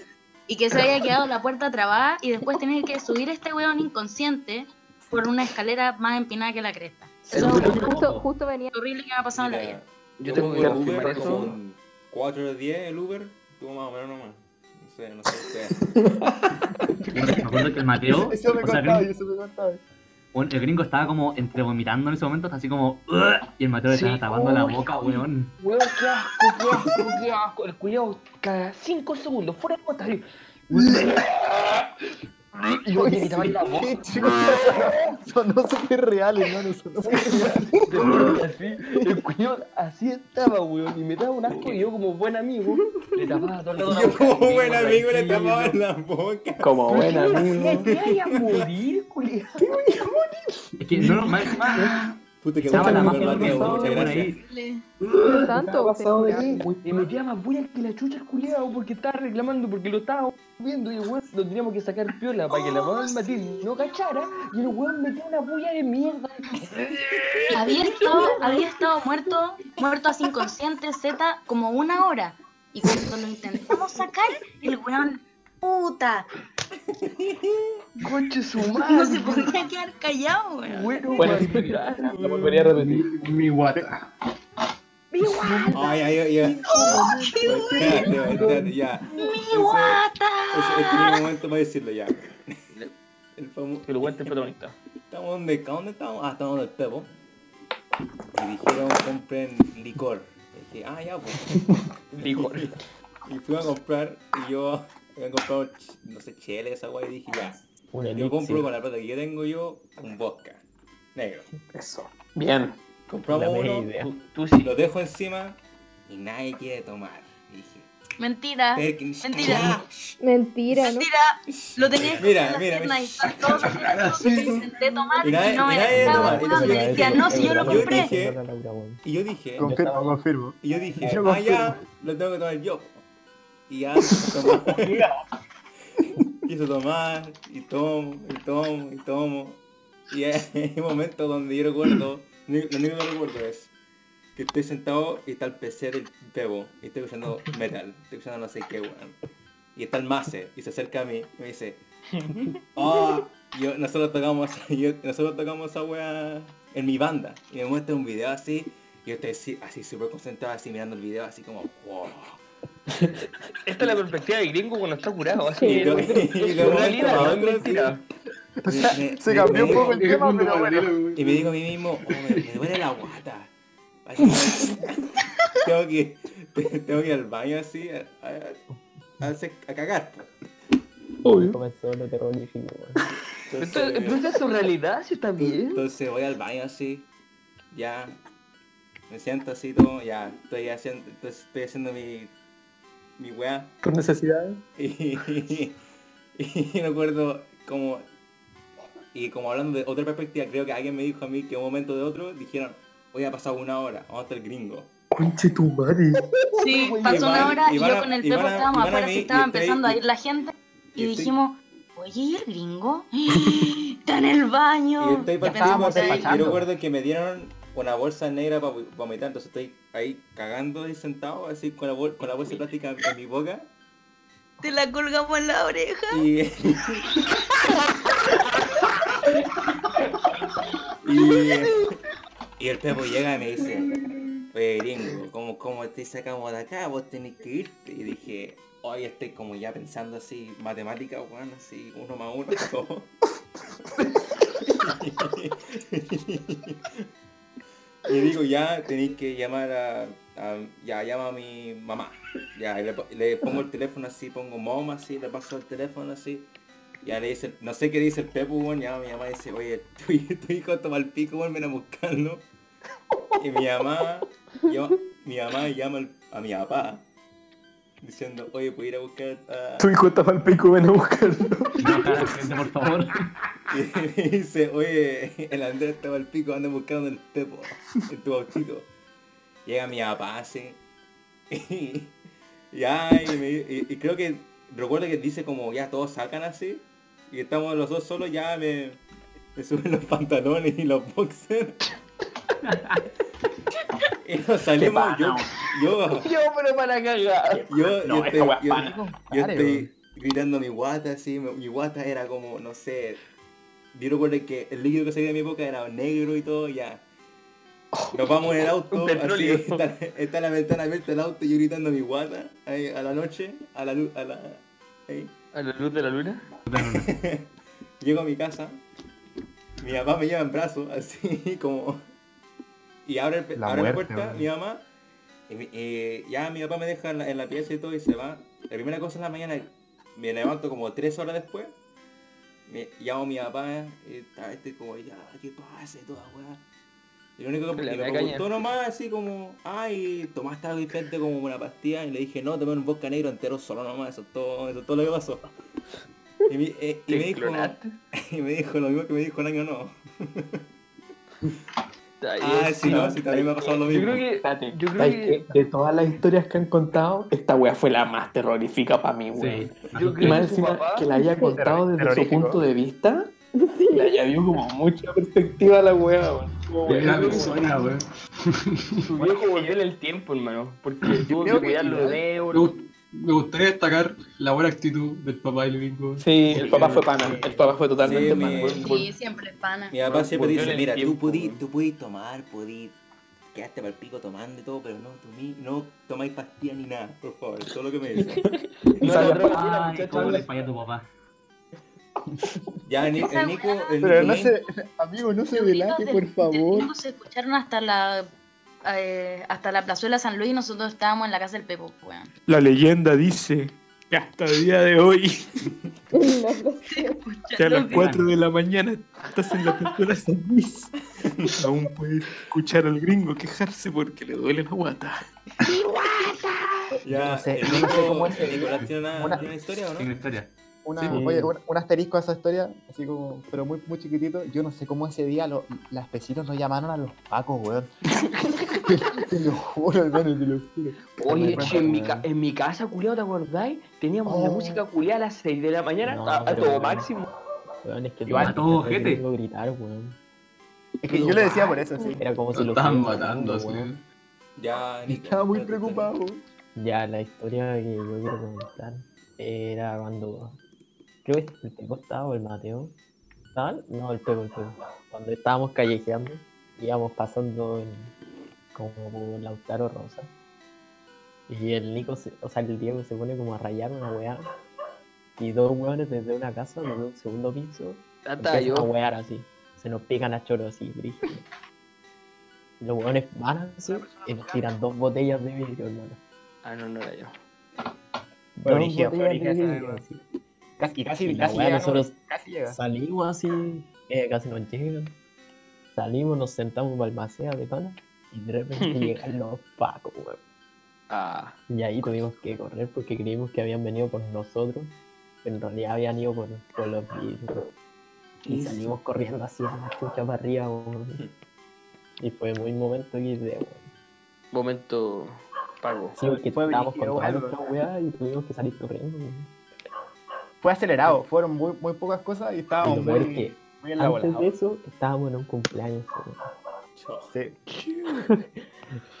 S9: y que se haya quedado la puerta trabada y después tener que subir este weón inconsciente por una escalera más empinada que la cresta.
S6: No,
S3: Yo-
S6: justo, justo venía.
S9: Lo horrible que me ha pasado en la vida.
S7: Mira,
S3: Yo
S7: Yo
S3: tengo
S7: tengo
S3: que
S7: el
S3: confirmar
S7: Uber como
S3: eso.
S7: un 4 de 10 el Uber, tuvo más o menos nomás. No sé, no sé.
S4: Me acuerdo que el Mateo,
S1: Eso me
S4: o sea, el
S1: contaba,
S4: gringo,
S1: eso me contaba.
S4: weón, el gringo estaba como entre vomitando en ese momento, hasta así como... "Ugh", Y el Mateo le
S3: Sí.
S4: estaba tapando la
S3: Uy.
S4: boca, weón.
S3: Weón, qué asco, qué asco, qué asco. El culiao cada 5 segundos, fuera de botas. Y y yo le gritaba en la boca.
S1: Sí, chicos, Son no súper reales, ¿no? No son súper reales.
S3: Te juro que así, el cuñado así estaba, weón, y me daba un asco y yo como buen amigo le tapaba todo el
S7: Y Yo como buen amigo le tapaba la boca.
S2: Como buen
S3: Buena,
S2: amigo.
S3: ¿Qué voy a morir, culiao?
S4: Es que no, más encima,
S7: Puta que
S4: estaba
S7: bueno,
S4: la
S7: Uber,
S4: magia
S7: Mateo,
S4: pasaba,
S7: muchas
S4: weón,
S7: gracias.
S4: ahí.
S6: ¿Qué
S2: ¿Qué ha
S6: tanto?
S2: pasado de ti?
S3: Y me tiraba más buena que la chucha el culiao porque estaba reclamando, porque lo estaba viendo y el weón lo teníamos que sacar piola para que la mamá Matilde no cachara y el weón metió una bulla de mierda.
S9: Había estado, había estado muerto, muerto así inconsciente Z como una hora. Y cuando lo intentamos sacar, el weón, puta,
S3: Conche su madre.
S9: No se podía quedar callado, weón.
S3: Bueno, pues.
S2: Lo volvería a repetir.
S5: Mi guata.
S7: Ay, ay, ay, ay.
S9: ¡Oh, qué
S7: Espérate,
S9: bueno!
S7: espérate, ya.
S9: ¡Mi guata!
S7: Ese es el momento para decirlo ya. El famoso.
S3: Que lo cuente el protagonista.
S7: ¿Estamos donde? ¿Dónde estamos? Ah, estamos en el Pepo. Y dijeron compren licor. Y dije, ah, ya, pues.
S3: licor.
S7: Y fui a comprar y yo había comprado, ch- no sé, chela esa guay y dije, ya.
S8: Un
S7: yo
S8: elixir.
S7: compro con la plata que yo tengo yo un vodka negro.
S2: Eso. Bien.
S7: Compramos
S8: La
S7: uno,
S8: buena idea.
S3: Tú sí.
S7: lo dejo encima y nadie quiere tomar. Y dije,
S9: Mentira.
S7: Perkin,
S9: Ah, Mentira.
S11: Mentira, ¿no?
S9: Mentira. Lo tenías que
S7: Mira,
S9: hacer
S7: mira,
S9: las
S7: mira.
S9: piernas y todo, todo,
S5: Sí,
S9: todo, intenté tomar
S7: Y
S9: y
S7: nadie-
S9: no
S7: y
S9: me
S7: nadie
S9: dejaba,
S7: toma, y
S9: weón.
S7: nadie
S9: Me decía,
S7: toma.
S9: Ah, no, si yo lo
S7: Yo
S9: compré.
S7: dije- Y yo dije,
S1: Confirmo, confirmo.
S7: y yo dije,
S1: Yo
S7: ah, ya, lo tengo que tomar yo. Y ya, tomó. Quiso tomar, y tomo, y tomo, y tomo. Y hay un momento donde yo recuerdo, lo único que recuerdo es que estoy sentado y está el PC del Bebo, y estoy escuchando metal, estoy escuchando no sé qué, weón. Y está el Mase, y se acerca a mí, y me dice, ah, yo, nosotros tocamos, yo- nosotros tocamos esa weá en mi banda. Y me muestra un video así, y yo estoy así, así súper concentrado, así mirando el video, así como, wow.
S3: Esta es la perspectiva de gringo cuando está curado. Así
S7: Y lo- y lo-
S3: es realidad, no es mentira.
S7: Me- me-
S1: Se
S7: me-
S1: cambió un
S7: me
S1: poco
S7: digo-
S1: el tema, pero bueno.
S7: Y me digo a mí mismo, oh, me, me duele la guata. Así, tengo, que, te- tengo que ir al baño así, a, a- a hacer- a cagar. po.
S8: Comenzó lo terrorífico. weón.
S3: Esto-
S7: Entonces,
S3: Pero esa es su realidad, si está bien.
S7: entonces voy al baño así, ya, me siento así todo, ya, estoy haciendo, entonces estoy haciendo mi, mi weá.
S2: Tus necesidades.
S7: Y, y me acuerdo como... Y como hablando de otra perspectiva, creo que alguien me dijo a mí que un momento de otro dijeron, hoy ha pasado una hora, vamos hasta el gringo.
S2: Conche tu madre.
S9: Sí,
S7: Y
S9: pasó
S7: van-
S9: una hora
S7: y
S9: y
S7: van a-
S9: yo con el
S7: y van
S9: Pepo
S7: a- y
S9: estábamos
S7: van a
S9: afuera,
S7: mí,
S9: se
S7: y
S9: estaba
S7: estoy-
S9: empezando a
S7: y-
S9: ir la gente
S7: y
S9: y
S7: estoy-
S9: dijimos, oye, ¿y el gringo? Está en el baño.
S7: Y estoy partiendo
S9: Pensamos
S7: así,
S9: ahí.
S7: y recuerdo que me dieron una bolsa negra para vomitar, entonces estoy ahí cagando y sentado, así con la, bol- con la bolsa de plástica en mi boca.
S9: Te la colgamos en la oreja.
S7: Y... y, y el Pepo llega y me dice, oye gringo, ¿cómo, ¿cómo te sacamos de acá? Vos tenés que irte. Y dije, hoy estoy como ya pensando así, matemática, weón, así, uno más uno, todo. y digo, ya tenéis que llamar a, a- Ya llama a mi mamá. Ya, y le, po- le pongo el teléfono así, pongo mom así, le paso el teléfono así. Ya le dice, no sé qué dice el Pepo, weón, llama a mi mamá y dice, oye, tu, hi- tu hijo toma el pico, weón, ven a buscarlo. Y mi mamá, yo, mi mamá llama al- a mi papá diciendo, oye, puedo ir a buscar a...
S2: Tu hijo está mal pico, ven a buscarlo.
S4: Gente, por favor.
S7: Y me dice, oye, el Andrés estaba al pico, anda buscando el tepo, en tu autito. Llega mi papá así. Y, y, ay, y me- y- y creo que recuerdo que dice como ya todos sacan así. Y estamos los dos solos, ya me, me suben los pantalones y los boxers. y nos salimos, yo, yo,
S3: Yo, pero para cagar.
S7: yo,
S2: No,
S7: yo,
S2: esta weá
S7: estoy,
S2: es
S7: yo,
S2: pana.
S7: yo
S1: Claro.
S7: estoy gritando mi guata así, mi mi guata era como, no sé, yo recuerdo que el líquido que salía de mi boca era negro y todo, ya. Nos vamos en el auto,
S3: Oh, Un
S7: así,
S3: petróleo.
S7: está, está la ventana abierta del auto y yo gritando mi guata ahí, a la noche, a la luz, a la... ahí.
S3: A la luz de la luna.
S7: Llego a mi casa, mi papá me lleva en brazos, así como... Y abre, el pe-
S1: La
S7: abre la
S1: muerte,
S7: puerta,
S1: weón.
S7: mi mamá, y, mi- y ya mi papá me deja en la, en la pieza y todo y se va. La primera cosa en la mañana, me levanto como tres horas después, me llamo a mi papá y tal vez estoy como, ya, ¿qué pasa? y toda weá. Y lo único que
S3: Le
S7: y
S3: da
S7: me
S3: caña.
S7: preguntó nomás así como, ay, tomaste algo diferente como una pastilla y le dije, no, tomé un vodka negro entero solo nomás, eso es todo, eso es todo lo que pasó. Y, mi- eh, y
S3: ¿Te
S7: me dijo,
S3: clonaste?
S7: y me dijo lo mismo que me dijo el año no.
S3: Ay,
S7: Ah, sí, no, sí, también me ha pasado lo
S3: Yo
S7: mismo.
S3: creo que.
S2: Espérate,
S3: Yo creo
S2: ¿sabes
S3: que-
S2: qué? De todas las historias que han contado, esta wea fue la más terrorífica para mí,
S4: Sí.
S2: weón.
S3: Yo
S2: Y
S3: creo
S2: más
S3: que su
S2: encima
S3: papá.
S2: que la haya contado desde su
S5: terrorífico.
S2: punto de vista, le haya dio como mucha perspectiva a la wea, weón. Como,
S5: De la
S2: weón,
S5: persona, weón.
S3: Su viejo volvió en el tiempo, hermano. Porque tuvo que
S1: creo que
S3: cuidar los
S1: igual-
S3: dedos.
S5: Me gust- me gustaría destacar la buena actitud del papá del bingo.
S2: Sí, el papá fue pana. El papá fue totalmente
S5: Sí,
S2: pana.
S5: mi-
S9: Sí, siempre es pana.
S7: Mi papá siempre
S2: volvió en
S7: dice,
S2: el
S7: mira, tú
S2: tiempo,
S7: pudí, tú pudí tomar, pudí, quedaste para el pico tomando y todo, pero no tomí, no tomáis pastillas ni nada, por favor, eso es lo que me dice.
S4: No, no, no, Ay, cómo le falla a tu papá.
S7: Ya, el, Ni- el Nico, el
S1: Pero no
S7: Nicolín-
S1: se, amigo, no se delate, por favor.
S9: Nosotros se escucharon hasta la eh, hasta la plazuela San Luis y nosotros estábamos en la casa del Pepo, weón.
S12: La leyenda dice que hasta el día de hoy, que a las 4 de la mañana estás en la cultura San Luis, aún puedes escuchar al gringo quejarse porque le duele la guata.
S7: Ya,
S1: No sé,
S7: el
S1: yo no sé
S7: Nico-
S1: cómo es
S7: el
S1: el-
S7: Nicolás tiene una,
S1: una-
S7: tiene una historia, ¿o no?
S4: Tiene historia.
S1: Una,
S4: Sí.
S1: oye, un, un asterisco a esa historia, así como, pero muy, muy chiquitito. Yo no sé cómo ese día lo- las vecinos nos llamaron a los pacos, weón. te lo juro, hermano, te lo juro.
S3: Oye, che, en mi, ca-
S1: Weón.
S3: en mi casa, culiao, ¿te acordáis? Teníamos la música culiao a las 6 de la mañana
S8: No,
S3: a, a
S8: pero
S3: todo
S8: bueno.
S3: máximo.
S8: Weón, es que
S3: Igual,
S8: tenía
S3: todo
S8: que estar
S3: ojete.
S8: queriendo gritar, weón.
S1: Es que yo le decía por eso, sí.
S8: Era como si
S5: Lo
S8: lo
S5: estaban
S8: estuvieran
S5: matando,
S8: matando,
S5: así.
S7: Ya, Nico.
S1: Estaba muy preocupado.
S8: Ya, la historia que yo quiero comentar era cuando. Creo que el Pepo estaba o el Mateo. ¿Estaban? No, el Pepo, el Pepo. Cuando estábamos callejeando, íbamos pasando en- como por Lautaro Rosa. Y el Nico, se- o sea, el Diego se pone como a rayar una weá. Y dos weones desde una casa, desde un segundo piso,
S3: Tata,
S8: empiezan a
S3: yo.
S8: wear así. Se nos pican a choros así, brígido. Y Los weones van así y nos tiran dos botellas de vidrio, hermano.
S3: Ah, no, no era yo.
S1: Fue
S8: Dos
S1: brígido, fue
S8: botellas de
S1: brígido esa
S8: vidrio,
S1: vez,
S8: así.
S1: Casi,
S8: Y
S1: casi,
S8: la
S1: casi,
S8: weá,
S1: llega,
S8: nosotros
S1: casi llega.
S8: salimos así, eh, casi nos llegan. Salimos, nos sentamos balmacea de pana y de repente llegan los pacos, weón.
S3: Ah,
S8: Y ahí tuvimos que correr porque creímos que habían venido por nosotros, pero en realidad habían ido por, por los vidrios. Y
S7: Eso.
S8: salimos corriendo así, a la chucha para arriba, weón. Y fue muy momento XD, weón.
S3: momento pago.
S8: Sí, porque estábamos
S1: brígido,
S8: con toda
S1: weón.
S8: nuestra weá y tuvimos que salir corriendo, weón.
S1: Fue acelerado, fueron muy, muy pocas cosas y
S8: Y
S1: estábamos
S8: lo
S1: muy,
S8: peor es que
S1: muy en la
S8: antes
S1: volada.
S8: de eso estábamos en un cumpleaños. weón.
S1: Sí.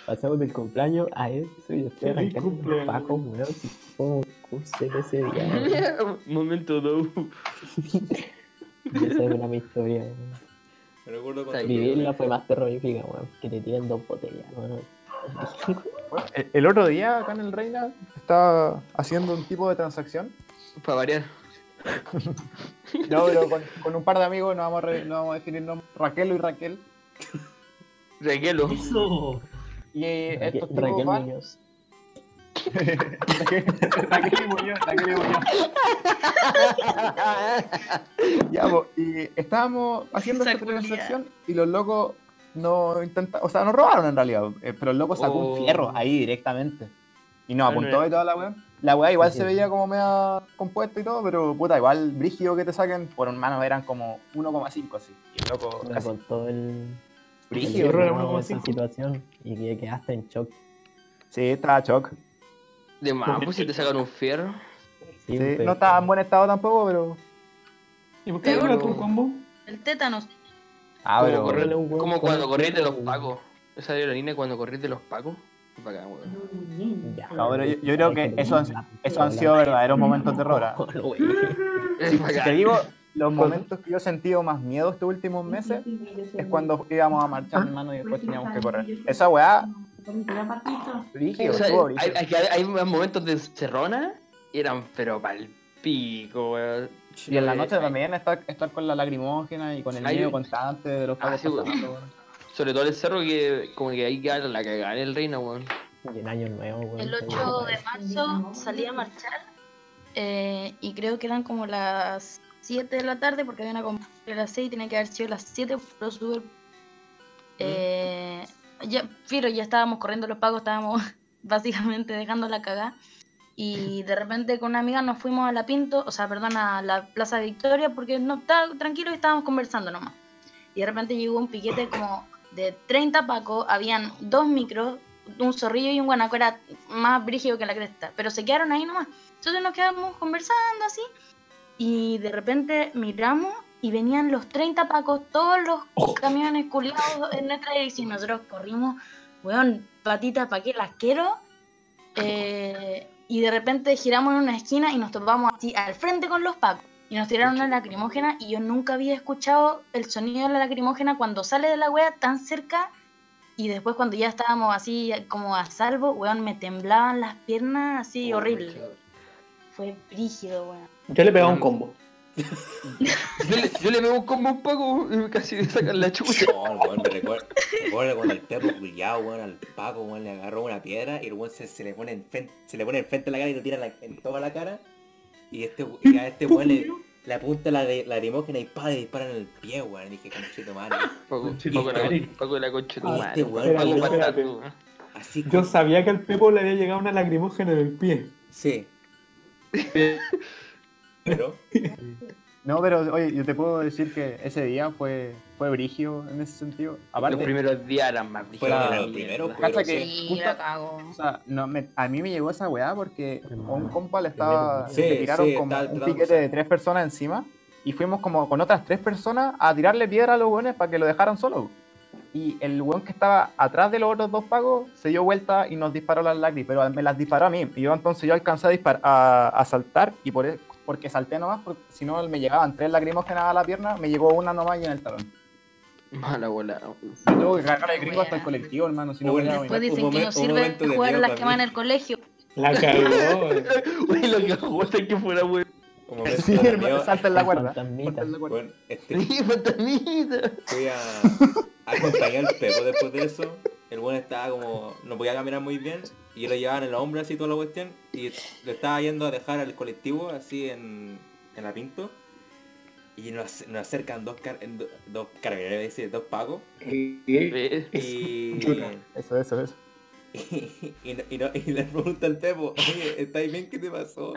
S8: Pasamos del cumpleaños a eso y después arrancamos con Paco, weón. y Fue un curso en ese día. weón.
S3: momento do.
S8: Y Esa es una de mis historias. weón.
S7: Me recuerdo con
S8: Vivirla fue más terrorífica, weón. Que te tiran dos botellas, weón.
S1: El, el otro día acá en el Reina estaba haciendo un tipo de transacción.
S3: Para variar.
S1: No, pero con, con un par de amigos no vamos a, re- no vamos a definir nombres. Raquelo y Raquel.
S3: Reguelo.
S4: Eso.
S1: Y eh,
S8: Raque-
S1: estos tipos
S8: Raquel
S1: van...
S8: Muñoz.
S1: Raquel Raquel y Muñoz, Raquel y Muñoz. Ya, po, y estábamos haciendo esta transacción y los locos no intentaron, o sea, nos robaron en realidad, eh, pero el loco sacó
S3: Oh.
S1: un fierro ahí directamente y nos
S3: Ah, no
S1: apuntó
S3: era.
S1: y toda la weá. La weá igual
S8: Sí,
S1: se
S8: sí.
S1: veía como media compuesta y todo, pero puta, igual brígido que te saquen, por mano eran como 1,5 así. Y el loco
S8: Me
S1: casi
S8: contó el.
S1: brígido.
S8: el
S1: weón.
S8: drama de esa situación y que quedaste en shock.
S1: Sí, estaba shock.
S3: De más, pues si te sacan un fierro.
S1: Sí,
S8: pero-
S1: no estaba en buen estado tampoco, pero.
S2: ¿Y por qué dura tu combo?
S9: El tétanos.
S1: Ah,
S3: Como,
S1: pero.
S3: correr-
S8: Dale un huevo
S3: como
S8: con
S3: cuando
S8: el
S3: corrías de los
S8: fierro, weón.
S3: pacos. Esa aerolínea cuando corrías de los pacos. Es bacán, weón.
S8: Ya,
S1: No, pero yo, yo
S8: ya,
S1: creo
S8: es
S1: que
S8: lo
S1: eso han,
S8: mismo.
S1: eso han sido verdaderos momentos de terror. ah.
S8: Lo wey.
S3: Es
S1: Si te
S3: bacán.
S1: digo, los momentos que yo he sentido más miedo estos últimos meses es cuando íbamos a marchar, hermano, y después teníamos que correr. Esa weá, brígido,
S3: O sea,
S1: estuvo
S3: hay,
S1: brígido.
S3: hay, hay- hay momentos de cerrona y eran pero pal pico, weón.
S1: Y en la noche
S3: Hay-
S1: también estar, estar con la lagrimógena y con el
S3: Hay-
S1: miedo constante de los
S3: Ah,
S1: pagos
S3: sí, weón.
S1: pasando, weón.
S3: Sobre todo el cerro que como que ahí queda la cagada en el reino, weón.
S8: Y en año nuevo, weón.
S9: El
S8: te
S9: 8
S8: voy a
S9: de marzo salí a marchar eh, y creo que eran como las 7 de la tarde porque había una compra a las 6 y tenía que haber sido las 7, pero súper... Eh, ya, fiero, ya estábamos corriendo los pagos, estábamos básicamente dejando la cagada y de repente con una amiga nos fuimos a la Pinto, o sea, perdón, a la Plaza Victoria porque no estaba tranquilo y estábamos conversando nomás. Y de repente llegó un piquete como de 30 pacos, habían dos micros, un zorrillo y un guanaco, era más brígido que la cresta, pero se quedaron ahí nomás. Entonces nos quedamos conversando así y de repente miramos y venían los 30 pacos, todos los camiones culiados en nuestra dirección. Nosotros corrimos, weón, patitas, ¿para qué las quiero? Eh, y de repente giramos en una esquina y nos topamos así al frente con los pacos. Y nos tiraron una lacrimógena y yo nunca había escuchado el sonido de la lacrimógena cuando sale de la wea tan cerca y después cuando ya estábamos así como a salvo, weón, me temblaban las piernas así horrible. Fue brígido, weón.
S13: Yo le pegaba un combo.
S3: Yo le, yo le pego un combo a un Paco y casi le sacan la chucha.
S7: No, el weón, me recuerda, recuerdo cuando el perro culiado, weón, al Paco, weón, le agarró una piedra y el weón se, se le pone enfrente, se le pone enfrente a la cara y lo tira en la- en toda la cara. Y este y a este weón le, le apunta la de la lacrimógena y pa, le disparan en el pie, weón. Dije, conchito madre.
S3: Paco, Paco, la, Paco de la concha de tu
S7: Este
S3: madre.
S7: weón,
S3: Paco
S7: weón,
S3: patato,
S7: weón.
S3: weón.
S2: Yo sabía que al Pepo le había llegado una lacrimógena en el pie.
S7: Sí. Pero.
S1: No, pero oye, yo te puedo decir que ese día fue, fue brigio en ese sentido. Aparte,
S3: los primeros días eran más
S1: Fue
S3: brígidos.
S1: la- Cacha que justo- o sea, no, me- a mí me llegó esa weá porque a un compa le estaba.
S7: Sí,
S1: le tiraron
S7: sí,
S1: como
S7: está-
S1: un
S7: está-
S1: piquete de tres personas encima y fuimos como con otras tres personas a tirarle piedra a los weones para que lo dejaran solo. Y el weón que estaba atrás de los otros dos pagos se dio vuelta y nos disparó las lágrimas, pero me las disparó a mí. Y yo entonces yo alcancé a, dispar- a, a saltar y por e- porque salté nomás, porque si no me llegaban tres lacrimógenas a la pierna, me llegó una nomás y en el talón.
S7: pues.
S3: Mala bola.
S1: Yo tuve que cargar el gringo hasta el colectivo, hermano. Si no,
S3: Bueno,
S1: me
S9: Después
S1: iba a
S9: dicen
S1: morir.
S9: que no sirve jugar a las que van en el colegio.
S2: La
S1: cagó,
S3: Uy, la cagó hasta que fuera, weón.
S7: Como
S1: Sí, hermano, salta en la cuerda.
S7: Bueno, este,
S3: fantasmita.
S7: fui a, a acompañar al Pepo después de eso. El buen estaba como. no podía caminar muy bien. Y yo lo llevaba en el hombro así toda la cuestión. Y lo estaba yendo a dejar al colectivo así en. en la pinto. Y nos, nos acercan dos, car- do- dos carabineros, iba a decir, dos pagos. Y.
S1: Eso, eso, eso.
S7: Y, y no- y no- y le pregunta al Pepo, oye, ¿estáis bien? ¿Qué te pasó?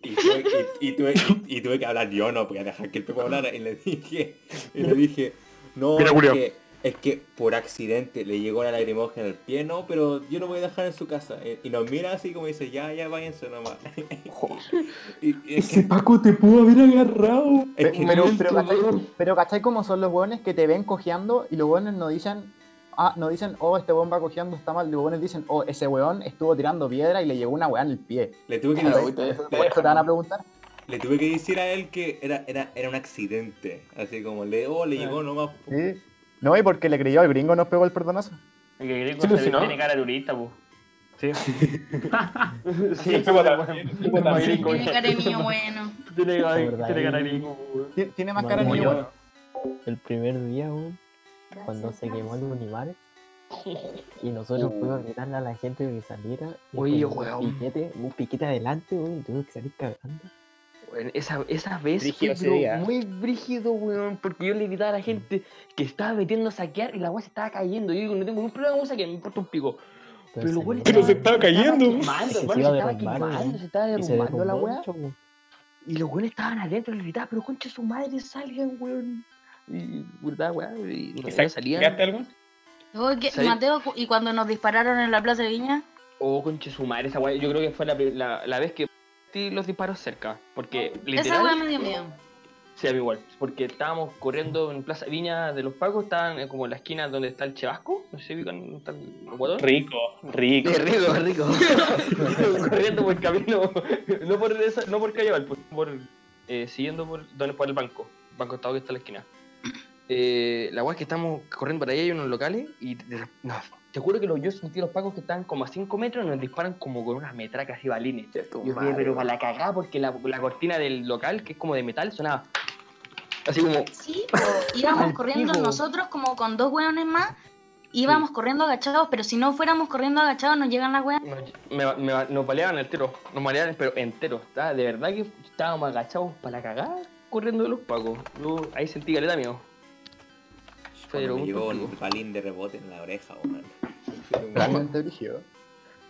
S7: Y tuve, y- y tuve- y- y tuve que hablar yo, no podía dejar que el Pepo hablara. Y le dije, y le dije, no,
S13: Mira,
S7: es
S13: Julio.
S7: que, es que por accidente le llegó la lagrimógena al pie, no, pero yo lo voy a dejar en su casa. Eh, Y- Y nos mira así como dice, ya, ya, váyanse nomás. Y- y es que-
S2: Ese Paco te pudo haber agarrado.
S1: Pe- Pero, pero, ¿cachai, pero ¿cachai cómo son los hueones que te ven cojeando y los hueones no dicen, ah, no dicen, oh, este hueón va cojeando, está mal. Los hueones dicen, oh, ese hueón estuvo tirando piedra y le llegó una hueá en el pie.
S7: le tuve que
S1: Claro,
S7: decir-
S1: eso te eso te van a preguntar.
S7: Le tuve que decir a él que era, era, era un accidente. Así como le, oh, le llegó nomás.
S1: Sí. No, y porque le creyó al gringo, nos pegó el perdonazo.
S14: El que gringo
S1: Sí,
S14: se
S1: sí, ¿no?
S14: tiene cara de pues. turista, po.
S1: Sí.
S14: sí,
S4: pues,
S14: el Pepo también.
S9: Tiene cara de niño bueno.
S14: Tiene cara
S4: La verdad,
S14: tiene cara de
S4: güey.
S14: gringo, weón.
S1: Tiene
S4: más
S1: cara de niño bueno.
S4: El primer día, weón, cuando se quemó el Univar y nosotros
S3: Oh.
S4: fuimos a gritarle a la gente que saliera. y
S3: Oye,
S4: con
S3: weón.
S4: Un piquete, un piquete adelante, weón, y tuvimos que salir cagando.
S3: Weón, Esa, esa vez fue
S4: Brígido ese
S3: pero
S4: día.
S3: muy brígido, weón, porque yo le gritaba a
S2: Mm.
S3: la gente que estaba metiendo a saquear y la weá se estaba cayendo. Yo digo, no tengo ningún problema con saquear, me importa un pico. Pero, los weones
S2: Pero se
S3: estaban-
S2: estaba cayendo.
S3: quemando,
S2: Es que se
S3: hermano,
S2: iba a
S3: se estaba
S2: derrumbar,
S3: quemando,
S2: ¿no?
S3: se estaba
S2: Y se
S3: derrumbando la
S2: derrumbó
S3: weá. Y los weones estaban adentro y les gritaba, pero concha su madre, salgan, weón. Y verdad, weón, y no no salían.
S2: algo?
S9: Oye, que-
S3: Sí.
S9: Mateo, cu- y cuando nos dispararon en la Plaza de Viña,
S3: Oh, concha su madre, esa weá. Yo creo que fue la, pri- la, la vez que sentí los disparos cerca. Porque
S9: esa
S3: literal.
S9: weá me dio miedo.
S3: Sí, a mí igual. Porque estábamos corriendo en Plaza Viña de los Pacos, estaban eh, como en la esquina donde está el Chevasco. No sé, ubican dónde está el guatón.
S2: Rico, rico.
S3: Sí, rico, rico. corriendo por el camino. No por, esa, no por Calle Valpo, por, eh, siguiendo por, donde, por el banco. Banco Estado que está en la esquina. Eh, la weá es que estamos corriendo para allá hay unos locales y de- de- no, te juro que los, yo sentí los pacos que estaban como a 5 metros y nos disparan como con unas metracas y balines. Yo dije,
S13: madre,
S3: pero para la cagada porque la, la cortina del local, que es como de metal, sonaba así como...
S9: Sí, íbamos
S3: Al
S9: corriendo
S3: pivo.
S9: nosotros como con dos weones más, íbamos corriendo agachados, pero si no fuéramos corriendo agachados nos llegan las weas.
S3: Me, me- nos baleaban entero, nos baleaban pero entero. Estaba- de verdad que estábamos agachados para la cagada corriendo de los pacos. Yo ahí sentí caleta mío.
S7: Cuando
S3: Pero
S7: me
S3: un
S7: llegó
S3: testigo.
S7: un palín de rebote en la oreja, weón.
S1: Realmente brígido.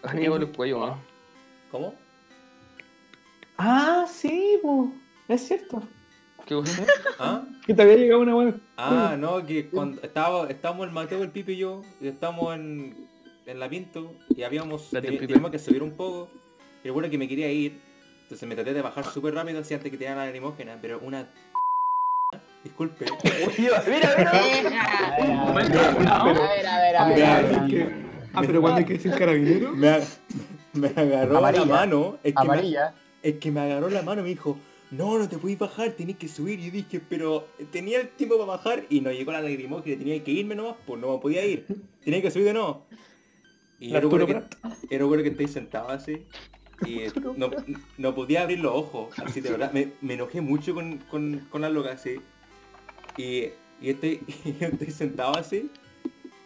S3: A mí me llegó en el cuello, ¿no?
S7: ¿Cómo?
S2: Ah, sí, po. Es cierto.
S3: ¿Qué cosa?
S7: ¿Ah?
S2: Que te había llegado una buena.
S7: Ah, no, que cuando estaba, estábamos el Mateo, el Pipe y yo, y estábamos en, en la Pinto, y habíamos
S3: La del
S7: teni-
S3: Pipe.
S7: teníamos que subir un poco, y bueno que me quería ir, entonces me traté de bajar súper rápido así antes que tirara la lacrimógena, pero una... Disculpe.
S3: mira, Ah.
S2: Pero-
S7: a ver, a ver.
S2: Ah, pero cuando hay que decir carabinero.
S7: Me, Me agarró
S15: Amarilla.
S7: la mano. Es que,
S15: Amarilla.
S7: Me, es que me agarró la mano y me dijo, no, no te podéis bajar, tenés que subir. Y yo dije, pero eh, tenía el tiempo para bajar y no llegó la lagrimógena, tenía que irme nomás, pues no me podía ir. Tenía que subir de nuevo. Y yo
S2: Arturo
S7: recuerdo, que, yo recuerdo que estoy sentado así. Y eh, no, no podía abrir los ojos, así de verdad. Me, me enojé mucho con, con, con la loca así. Y, y estoy, y estoy sentado así.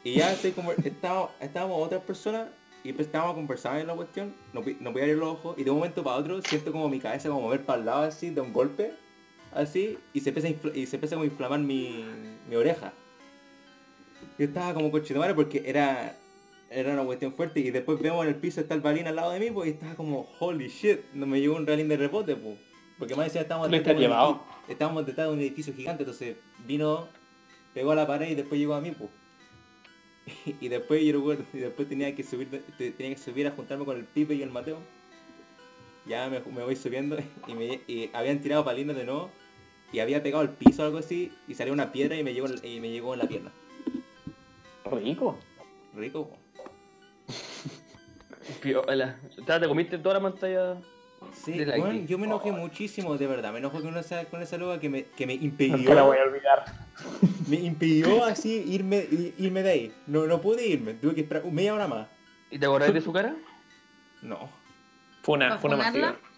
S7: Y ya estoy como, estaba- estábamos otras personas y estábamos conversando en la cuestión. No, pi- no podía abrir los ojos. Y de un momento para otro siento como mi cabeza como mover para el lado así, de un golpe. Así. Y se empieza a, infla- y se empieza como a inflamar mi, mi oreja. Yo estaba como cochetumare porque era, era una cuestión fuerte. Y después vemos en el piso está el balín al lado de mí, pues, y estaba como, holy shit, no me llegó un ralín de rebote, pues. Porque más decía, estábamos
S16: Lo
S7: detrás de
S16: estás
S7: un
S16: llevado.
S7: edificio- estábamos detrás de un edificio gigante, entonces vino, pegó a la pared y después llegó a mí, pues. Y después yo recuerdo, y después tenía que subir, de- te- tenía que subir a juntarme con el Pipe y el Mateo. Ya me, me voy subiendo y, me, y habían tirado palinas de nuevo y había pegado al piso o algo así y salió una piedra y me llegó, en- y me llegó en la pierna.
S16: Rico.
S7: Rico. po.
S3: Piola. O sea, ¿Te comiste toda la pantalla?
S7: Sí,
S3: de la Oh.
S7: weón,
S3: Xbox?
S7: yo me enojé muchísimo, de verdad. Me enojé con esa, con esa loca que me, que me impidió.
S16: Nunca la voy a olvidar.
S7: Me impidió así irme, i- irme de ahí. No, no pude irme, tuve que esperar media hora más.
S3: ¿Y te acordás de su cara?
S7: No.
S16: Fue
S9: ¿Para
S16: una, fue una
S9: funarla?
S16: masiva.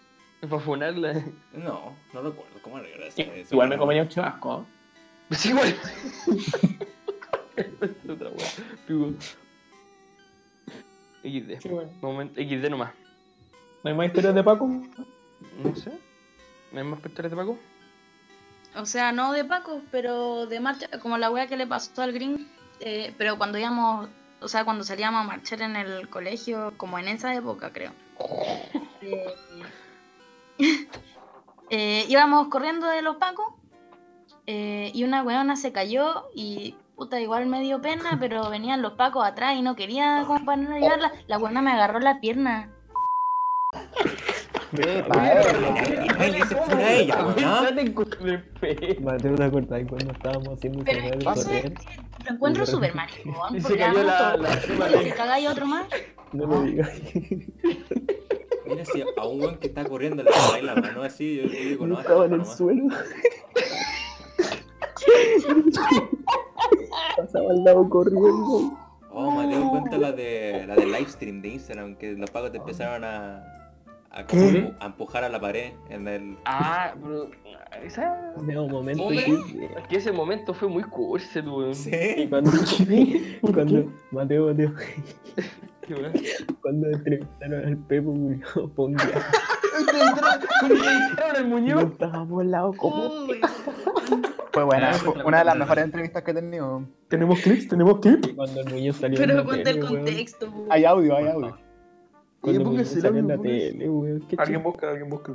S3: ¿Para funarla?
S7: No, no recuerdo cómo le era
S16: Sí, Igual me comía un chubasco.
S3: Sí, igual. Otra wea. Pivo. XD.
S16: Sí, bueno.
S3: Momento- XD nomás.
S16: ¿No hay más historias de Paco?
S3: No sé. ¿No hay más pectores de Paco?
S9: O sea, no de Paco, pero de marcha, como la wea que le pasó al Green, eh, pero cuando íbamos, o sea, cuando salíamos a marchar en el colegio, como en esa época, creo. Eh, eh, íbamos corriendo de los Pacos eh, y una weona se cayó y puta, igual me dio pena, pero venían los Pacos atrás y no quería como para no ayudarla. La weona me agarró la pierna.
S7: Fue ella, weón. ¿ah?
S8: Mateo, ¿te acordás cuando estábamos haciendo el torneo del
S9: eso es
S8: correr?
S9: Lo encuentro súper maricón.
S8: Y se
S9: porque
S8: cayó
S9: además
S8: la-
S9: todo-
S8: la-
S9: ¿Te cagáis otro más?
S8: No me digas.
S7: Mira si a un weón que está corriendo le agarra la mano así, yo, yo digo, no,
S8: Estaba en el
S7: nomás.
S8: suelo. Pasaba al lado corriendo.
S7: Oh, Mateo, cuenta la de la del livestream de Instagram, que los pagos te empezaron a, a, como
S8: ¿Qué?
S7: a empujar a la pared en el.
S3: Ah, pero. Esa.
S8: No, momento.
S3: Momento- Es que ese momento fue muy curse, tú, weón.
S8: Y cuando, cuando Mateo, Mateo,
S3: Sí, weón.
S8: cuando entrevistaron al Pepo, murió por un día.
S3: el muñeco.
S8: estábamos al lado como.
S1: Fue buena,
S8: Ah,
S1: fue
S8: la
S1: una de las
S8: cuenta.
S1: mejores entrevistas que he tenido.
S12: Tenemos clips, tenemos clips.
S8: Cuando el Muñoz salió en
S9: Pero
S8: la
S9: cuenta el
S8: tele, weón.
S9: contexto. po.
S1: Hay audio, hay audio.
S8: Cuando el
S1: Oye,
S8: Muñoz
S1: póngase el
S8: salió en la
S1: audio, póngase.
S8: tele, weón. Qué
S12: Alguien
S8: chido.
S12: busca, alguien busca.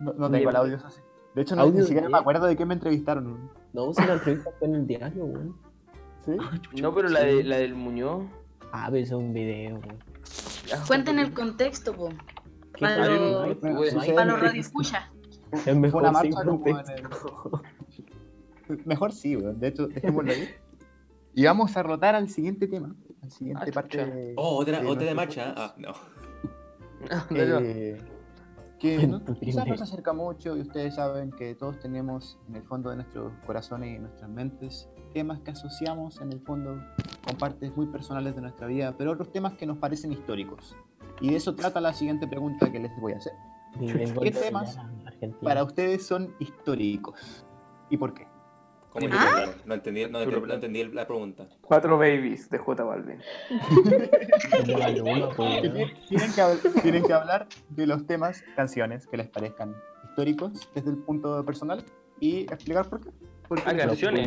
S1: No, no tengo el audio, eso sí. De hecho, no-
S8: ¿Audio
S1: ni
S8: de
S1: siquiera
S8: qué?
S1: me acuerdo de qué me entrevistaron.
S8: No, si la entrevista fue en el diario, weón.
S1: ¿Sí?
S3: No, pero la, de, la del Muñoz.
S8: Ah, pero eso es un video, weón.
S9: Cuenten el contexto, po.
S8: Qué
S9: Para
S8: padre,
S9: los
S8: Mike,
S1: Bueno,
S8: Mike,
S1: sí,
S9: para los
S1: sí.
S9: radioescuchas.
S8: Es mejor
S1: una
S8: sin
S1: marcha como
S8: contexto.
S1: Mejor sí, weón. De hecho, dejémoslo ahí. Y vamos a rotar al siguiente tema. Al siguiente parte de.
S7: Oh, otra, otra de
S1: nuestro
S7: marcha.
S1: podcast.
S7: Ah, no.
S1: Eh, que no-
S8: Tu
S1: quizás no
S8: primer-
S1: se acerca mucho y ustedes saben que todos tenemos en el fondo de nuestros corazones y en nuestras mentes temas que asociamos en el fondo con partes muy personales de nuestra vida, pero otros temas que nos parecen históricos. Y de eso trata la siguiente pregunta que les voy a hacer.
S8: Mi béisbol
S1: ¿Qué
S8: de
S1: temas
S8: Argentina, Argentina.
S1: Para ustedes son históricos. ¿Y por qué?
S7: ¿Cómo
S9: ¿Ah?
S7: que no? No entendí, no, entendí, no entendí la pregunta.
S12: Cuatro babies de J Balvin.
S8: De la luna, pues, weón.
S1: Tienen que, hab- tienen que hablar de los temas, canciones que les parezcan históricos desde el punto personal y explicar por qué. Porque
S3: Ah, canciones.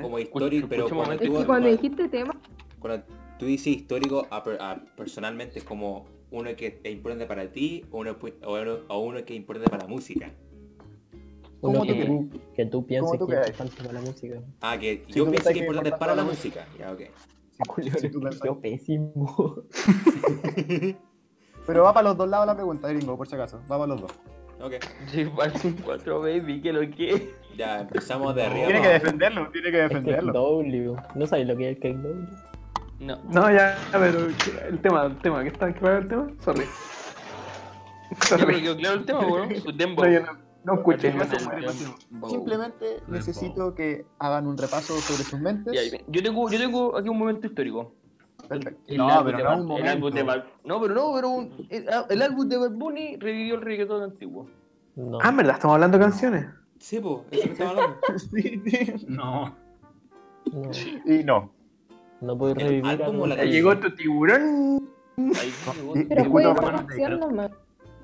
S7: Como histórico, pero
S3: escucha un momento.
S7: cuando tú,
S6: Es que cuando
S7: cuando,
S6: dijiste tema,
S7: cuando tú dices histórico, a per- a personalmente es como uno que es importante para ti o uno, pu- o uno, o uno que es importante para la música.
S8: Uno
S1: ¿Cómo tú
S8: que tú, que tú pienses
S1: tú
S8: que es
S1: queráis?
S8: importante para la música.
S7: Ah, que
S1: Sí,
S7: yo
S1: tú
S7: pienso
S1: pensás
S7: que es
S1: que es
S7: importante
S1: importante
S7: para la
S1: para la
S7: música. Ya, ok.
S1: si tú pensás-
S8: Yo pésimo.
S1: Pero va para los dos lados la pregunta, gringo, por si acaso. Va para los dos.
S7: Ok.
S3: Sí, parece un 4 baby, que lo que.
S7: Ya, empezamos de arriba.
S1: Tiene que
S7: para abajo.
S1: defenderlo, tiene que defenderlo.
S8: KW. ¿No sabes lo que es el KW?
S3: No.
S12: No, ya, pero el tema, el tema, ¿qué está? ¿Qué va el tema? Sorry.
S3: Ya, pero quedó claro el tema, weón. Su dembow.
S1: No, yo no- no escuché.
S3: El
S1: Dembow.
S3: dembow.
S1: Simplemente necesito que hagan un repaso sobre sus mentes.
S3: Ya, yo, tengo, yo tengo aquí un momento histórico. El
S1: No,
S3: álbum
S1: pero
S3: de
S1: no
S3: Bad-
S1: un
S3: El álbum de
S1: momento.
S3: Bad- no, pero no, pero un- el, ah, el álbum de Bad Bunny revivió el reggaetón antiguo.
S17: Ah, en verdad, estamos hablando de canciones.
S7: Sí, pues, eso que estaba hablando.
S5: No.
S1: Y no.
S2: No puedo
S7: revivir álbum o la canción?
S17: Llegó tu tiburón.
S6: Pero fue esa canción nomás.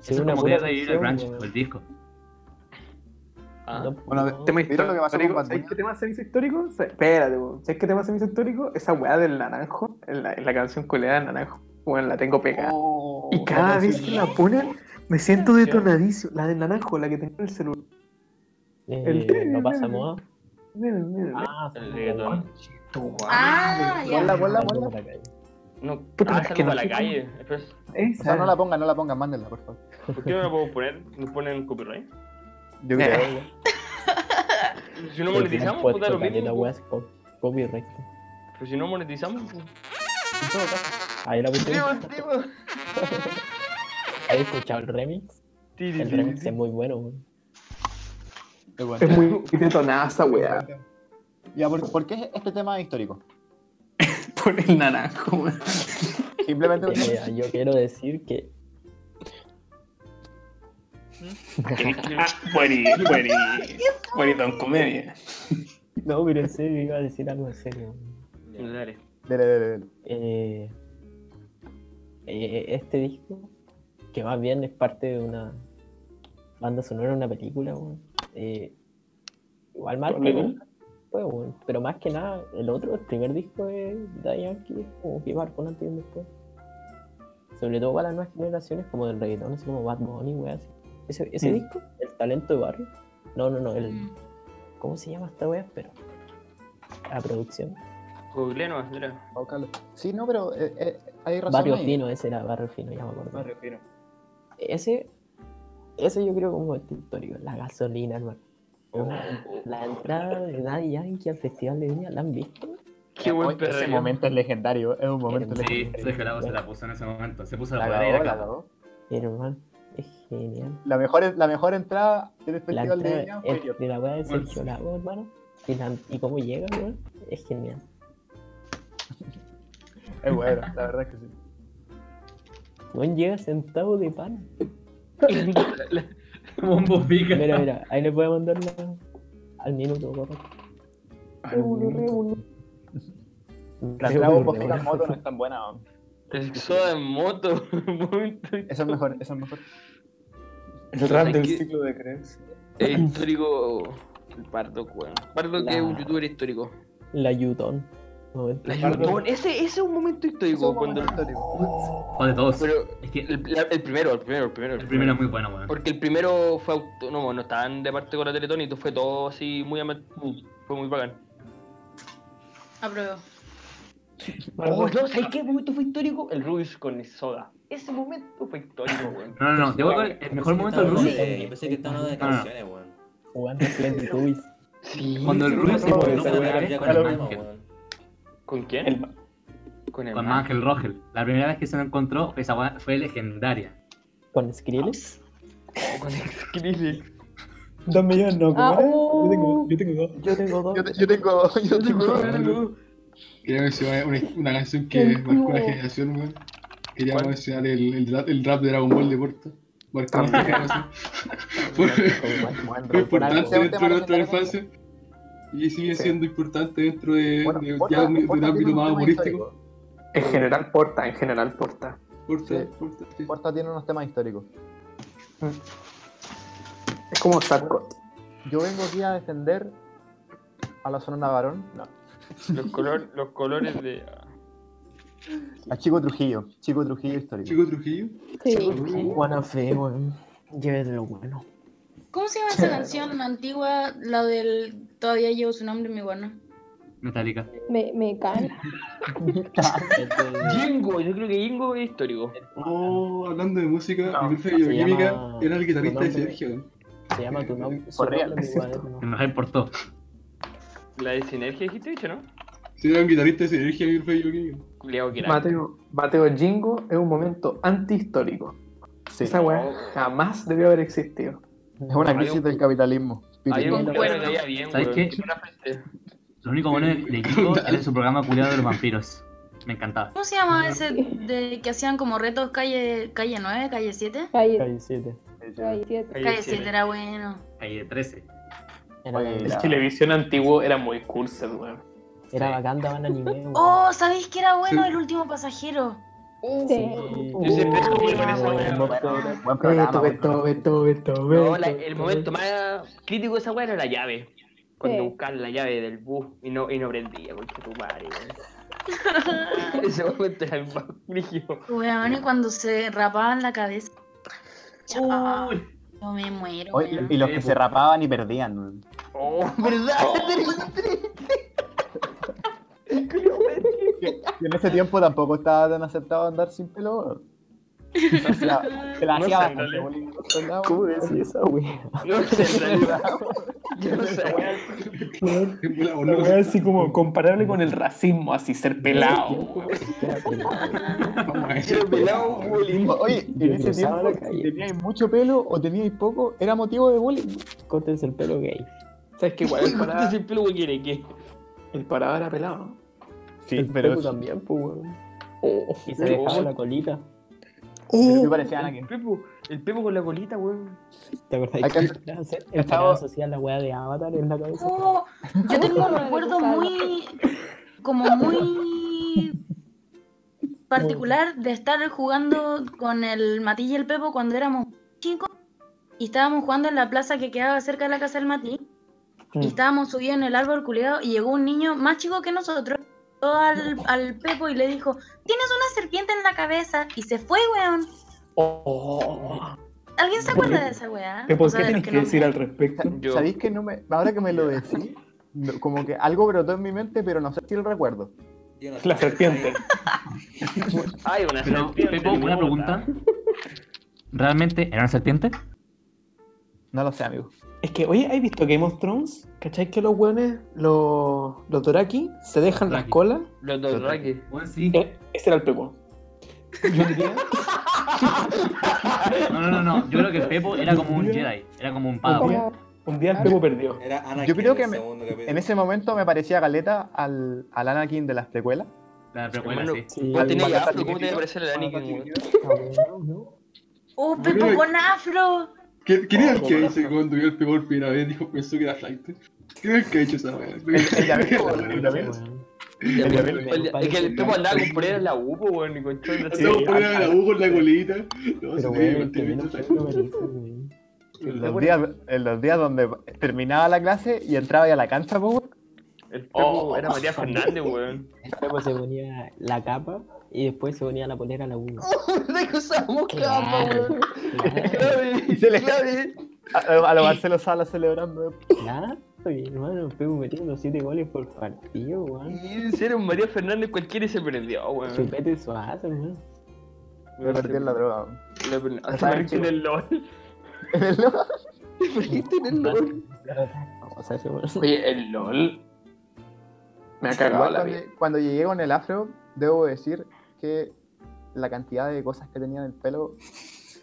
S4: Eso es
S2: una
S4: como
S2: buena
S4: quería revivir el
S2: canción,
S4: grunge, o el disco.
S17: Bueno, tema
S1: ¿vieron lo
S17: histórico.
S1: que pasó con Bad
S17: ¿Sabes qué tema se me hizo histórico? Se- Espérate, weón. ¿sabes qué tema se me hizo histórico? Esa weá del naranjo, en la, en la canción coleada del naranjo. Bueno, la tengo pegada.
S1: Oh,
S17: y cada vez que la ponen, me siento detonadísimo. La del naranjo, la que tengo en el celular.
S2: Eh, ¿No pasa moda?
S17: Ah,
S3: el reggaetón.
S9: Ah, ya.
S1: Ponla, ponla, ponla.
S3: No,
S1: Puta,
S3: ah,
S1: es
S3: esa
S1: que
S3: no
S1: no
S3: va a la
S1: sé
S3: calle. Pero es-
S1: O sea, no la pongan, no la pongan, mándenla, por favor.
S3: ¿Por qué no la puedo poner? ¿Nos ponen copyright?
S1: Yo
S3: Eh.
S1: creo.
S3: Si no monetizamos, puta lo mismo. po.
S2: Copyright.
S3: Pero pues si no monetizamos, pues, po.
S2: Ahí la puse.
S3: Tema, tema.
S2: ¿Has escuchado el remix?
S3: Ti, ti,
S2: El
S3: ti,
S2: remix
S3: ti.
S2: es muy bueno, weón.
S17: Es muy muy detonada esa weá.
S1: Ya, ¿por, por qué este tema es histórico?
S17: Por el naranjo, weón.
S1: Simplemente porque-
S2: Eh, yo quiero decir que.
S17: Ah, Buení, buení. Buení, don comedia.
S2: No, pero en serio, iba a decir algo en serio.
S3: Dale.
S1: Dele, dele, dele.
S2: Eh, eh, este disco, que más bien es parte de una banda sonora de una película, weón, eh, igual más
S6: ¿Por qué?
S2: pero más que nada, el otro, el primer disco de Da Yankee es como que marcó un antes y un después. Sobre todo para las nuevas generaciones, como del reggaetón, así como Bad Bunny, weón. así. Ese, ese
S17: Mm.
S2: disco, El Talento de Barrio. No, no, no, el.
S9: mm,
S2: ¿Cómo se llama esta weá? Pero. La producción.
S3: Google no, mira.
S1: Búscalo. Sí, no, pero eh, eh, hay razón.
S2: Barrio
S1: ahí.
S2: Fino, ese era Barrio Fino, ya me acuerdo.
S7: Barrio Fino.
S2: Ese, ese yo creo como este histórico, la gasolina, hermano.
S1: Oh.
S2: La entrada de Daddy Yankee al Festival de Viña, ¿la han visto?
S3: Qué
S1: Oye,
S3: buen
S1: Ese
S3: perreo.
S1: momento es legendario, eh, es un momento
S4: Sí,
S1: legendario.
S4: Sergio Lago se la puso en ese momento. Se puso
S1: La
S4: la guardia y la
S1: cagó, la
S4: cagó.
S1: cagó.
S2: Hermano, es genial.
S1: La mejor, la mejor entrada del
S2: La
S1: festival de
S2: entrada
S1: Viña fue
S2: es
S1: yo.
S2: de la weá de
S1: Bueno.
S2: Sergio Lago, hermano. Y, la- y cómo llega, weón, es genial.
S1: Es bueno, la verdad es que sí.
S2: Weón llega sentado de pan.
S4: Bombo pica.
S2: Mira, mira, ahí le voy a mandar la- al minuto, correcto.
S1: La entrada bombo pica en moto no es tan buena. weón.
S3: El soda en moto. momento
S1: Eso es mejor, eso es mejor.
S17: El rap del ciclo de Krebs.
S3: Es Eh, histórico. El Pardo, weón. Pardo que es un youtuber histórico.
S2: La Yutón. Momento.
S3: La Yutón, ese, ese es un momento histórico. cuando...
S4: ¿Cuál de todos?
S3: Pero el, la- el primero, el primero, el primero.
S4: El primero es muy bueno, weón.
S3: Porque el primero fue autónomo, no estaban de parte con la Teletón y todo fue todo así muy ama- Fue muy bacán.
S9: Apruebo.
S3: Oh, no, ¿sabes qué momento fue histórico? El Rubius con el Soda. Ese momento fue histórico, weón.
S4: No, no, no. Yo creo que el mejor momento del Rubius.
S7: Yo pensé que estaban hablando de
S1: Ah.
S4: No, no.
S7: canciones, weón.
S2: Jugando Plenty Rubies.
S3: Sí.
S4: Cuando el Rubius se
S7: No,
S4: coordinó
S7: esa
S4: por
S7: weá
S4: la vez
S7: ya
S4: con
S7: con
S4: el
S7: el tema,
S4: Ángel.
S7: weón.
S3: ¿Con quién? Con el
S4: Con
S3: Ángel.
S4: Ángel Rogel. La primera vez que se lo encontró, esa weá fue legendaria.
S2: ¿Con Skrillex?
S3: Con Skrillex.
S18: Dos millones, no,
S2: Ah,
S18: ¿cómo era? Yo tengo yo tengo
S2: Yo tengo dos.
S1: Yo tengo, yo tengo.
S3: dos.
S5: Quería mencionar una, una canción que marcó la generación, weón. Quería mencionar el, el, rap, el rap de Dragon Ball de Porto. Marcó la generación. Fue-
S2: Oh,
S5: Fue importante dentro de nuestra infancia. Y sigue siendo importante dentro de, de- ya
S1: Porta-
S5: un- de un
S1: Porta tiene
S5: ámbito
S1: un
S5: más
S1: tema
S5: humorístico.
S17: En general porta, en general porta.
S5: Porta,
S1: Sí.
S5: Porta, sí.
S1: Porta tiene unos temas históricos.
S17: Es como Sarkot.
S1: Yo vengo aquí a defender a la zona Varón. No.
S3: Los, color- los colores de.
S1: A Chico Trujillo. Chico Trujillo histórico.
S5: Chico Trujillo.
S2: Juana Fe, weón. Llévete lo bueno.
S9: ¿Cómo se llama esa canción antigua? La del Todavía llevo su nombre en mi guano.
S4: Metallica.
S6: Me, me caen.
S3: Jingo, yo creo que Jingo es histórico.
S5: Oh, hablando de música,
S2: No,
S5: mi profe
S2: se
S5: de bioquímica
S2: llama-
S5: era el guitarrista
S2: su
S5: de
S2: nombre-
S5: Sergio. weón.
S2: Se llama tu nombre. su
S1: Por real,
S2: nombre,
S1: es
S2: mi
S1: cierto.
S2: cuaderno.
S4: Que nos importó.
S3: La de Sinergia dijiste, dicho, ¿no?
S5: Sí, era un guitarrista de Sergio, mi profe de bioquímica.
S3: Culeado que era.
S17: Mateo, Mateo Jingo es un momento antihistórico.
S16: Esa weá jamás debió haber existido.
S1: Es una crisis del capitalismo.
S3: Hay un bueno que había bien,
S4: ¿Sabes
S3: weón.
S4: qué?
S3: Una frente.
S4: Lo único bueno de de Kiko era su programa culiado de los vampiros. Me encantaba.
S9: ¿Cómo se llama ese de que hacían como retos calle, calle 9, calle 7?
S4: Calle 7.
S11: Calle 7.
S9: Calle 7 era bueno.
S4: Calle 13.
S16: El televisión antiguo era muy curso, weón.
S8: Era bacán, daban anime, weón.
S9: Oh, ¿sabéis que era bueno el último pasajero?
S16: Yo
S2: Oh.
S16: siempre estuve en esa
S1: weá. Buen
S8: Beto, Beto, Beto, Beto,
S3: No,
S8: Beto.
S3: la- el momento más crítico de esa weá era la llave. Cuando buscaban la llave del bus y no, y no prendía, porque tu madre, weón. Ese momento era el más brígido.
S9: Weón, y cuando se rapaban la cabeza. Chao. Yo me muero.
S1: Oye, y los que se rapaban y perdían. weón.
S3: Oh, ¿verdad? Oh.
S1: Y en ese tiempo tampoco estaba tan aceptado andar sin pelo. weón. O sea, se la
S8: No sé,
S1: hacía bastante,
S8: dale.
S1: weón. Soldado.
S8: ¿Cómo decís esa wea?
S3: No sé, en realidad. Yo no sé.
S16: La weá así como comparable con el racismo, así ser pelado, weón.
S1: Era pelado, bullying. Oye, en ese tiempo, si teníais mucho pelo o teníais poco, era motivo de bullying.
S8: Córtense el pelo gay.
S16: ¿Sabes qué, weón? El parado,
S3: Ese pelo quiere que.
S16: el parado era pelado, ¿no?
S1: Sí,
S8: el
S1: pero-
S8: pelo también, pues, weón.
S16: Oh,
S8: y se
S3: pero-
S8: dejaba la colita.
S1: Me parecía a
S3: El pepo, el pepo con la colita, weón.
S8: ¿Te acordás?
S1: Acá-
S8: que el- El parado hacía la wea de Avatar en la cabeza.
S9: Oh, yo tengo un recuerdo muy. como muy. particular de estar jugando con el Mati y el Pepo cuando éramos chicos. Y estábamos jugando en la plaza que quedaba cerca de la casa del Mati. Y estábamos subidos en el árbol culiado y llegó un niño más chico que nosotros. Todo al, al Pepo y le dijo: Tienes una serpiente en la cabeza. Y se fue, weón.
S16: Oh.
S9: ¿Alguien se acuerda de esa weá?
S16: ¿Qué,
S9: O
S16: pues,
S9: sea,
S16: ¿qué tienes
S9: que
S16: que
S9: no-
S16: decir al respecto?
S1: ¿Sabéis que no me. Ahora que me lo decís, no- como que algo brotó en mi mente, pero no sé si lo recuerdo.
S16: La serpiente.
S3: Hay una
S4: Pero,
S3: serpiente.
S4: Pepo, una pregunta. ¿Realmente era una serpiente?
S1: No lo sé, amigo.
S16: Es que, oye, ¿has visto Game of Thrones? ¿Cacháis que los weones, los, los Doraki, se dejan las colas?
S3: Los dos raques.
S16: Eh, ese era el Pepo.
S4: No, no, no, no. Yo creo que Pepo era como un Jedi. Era como un Padawan.
S16: Un día el Pepo perdió.
S15: Era Anakin
S1: Yo creo que
S15: el
S1: me-
S15: segundo capítulo.
S1: En ese momento me parecía Galeta al, al Anakin de las precuelas.
S4: La precuela,
S3: Hermano,
S4: sí.
S3: vos tenés afro, ¿cómo te va a parecer el Anakin, weón?
S9: Oh, Pepo con afro.
S5: ¿Qué- ¿Quién era el que dice que cuando vio el peor por primera vez dijo pensó que era flight? ¿Quién era el que ha dicho esa weá?
S3: Pues El- Es que el Pepo andaba con poleras en la U, po, weón. Y con chorro.
S5: Hacemos poner a la U
S1: ah,
S5: con la colita. No, se
S8: Pero,
S5: te
S8: weón, terminó siendo feliz, weón.
S1: En los, días, en los días donde terminaba la clase y entraba ya a la cancha, po, weón.
S3: El Pepo era Matías Fernández, weón.
S8: Luego se ponía la capa y después se ponía la polera a la uno.
S3: ¿Verdad que usamos capa, weón?
S1: Y se le-
S3: Clave.
S1: a, a lo Marcelo Sala celebrando. eh.
S8: Claro, mi hermano, Pepo metiendo 7 goles por partido, weón.
S3: Y en serio, María Fernández cualquiera y se prendió, weón.
S8: Chupete suazo, weón.
S1: Me perdí en la droga. weón.
S3: La pren-
S1: Está
S3: Te perdiste en
S1: bien,
S3: el LOL. Te perdiste en el LOL.
S8: O sea, ese weón.
S16: Oye, el LOL. Me ha cagado
S1: Igual
S16: la
S1: cuando,
S16: vida.
S1: cuando llegué con el afro, debo decir que la cantidad de cosas que tenía en el pelo.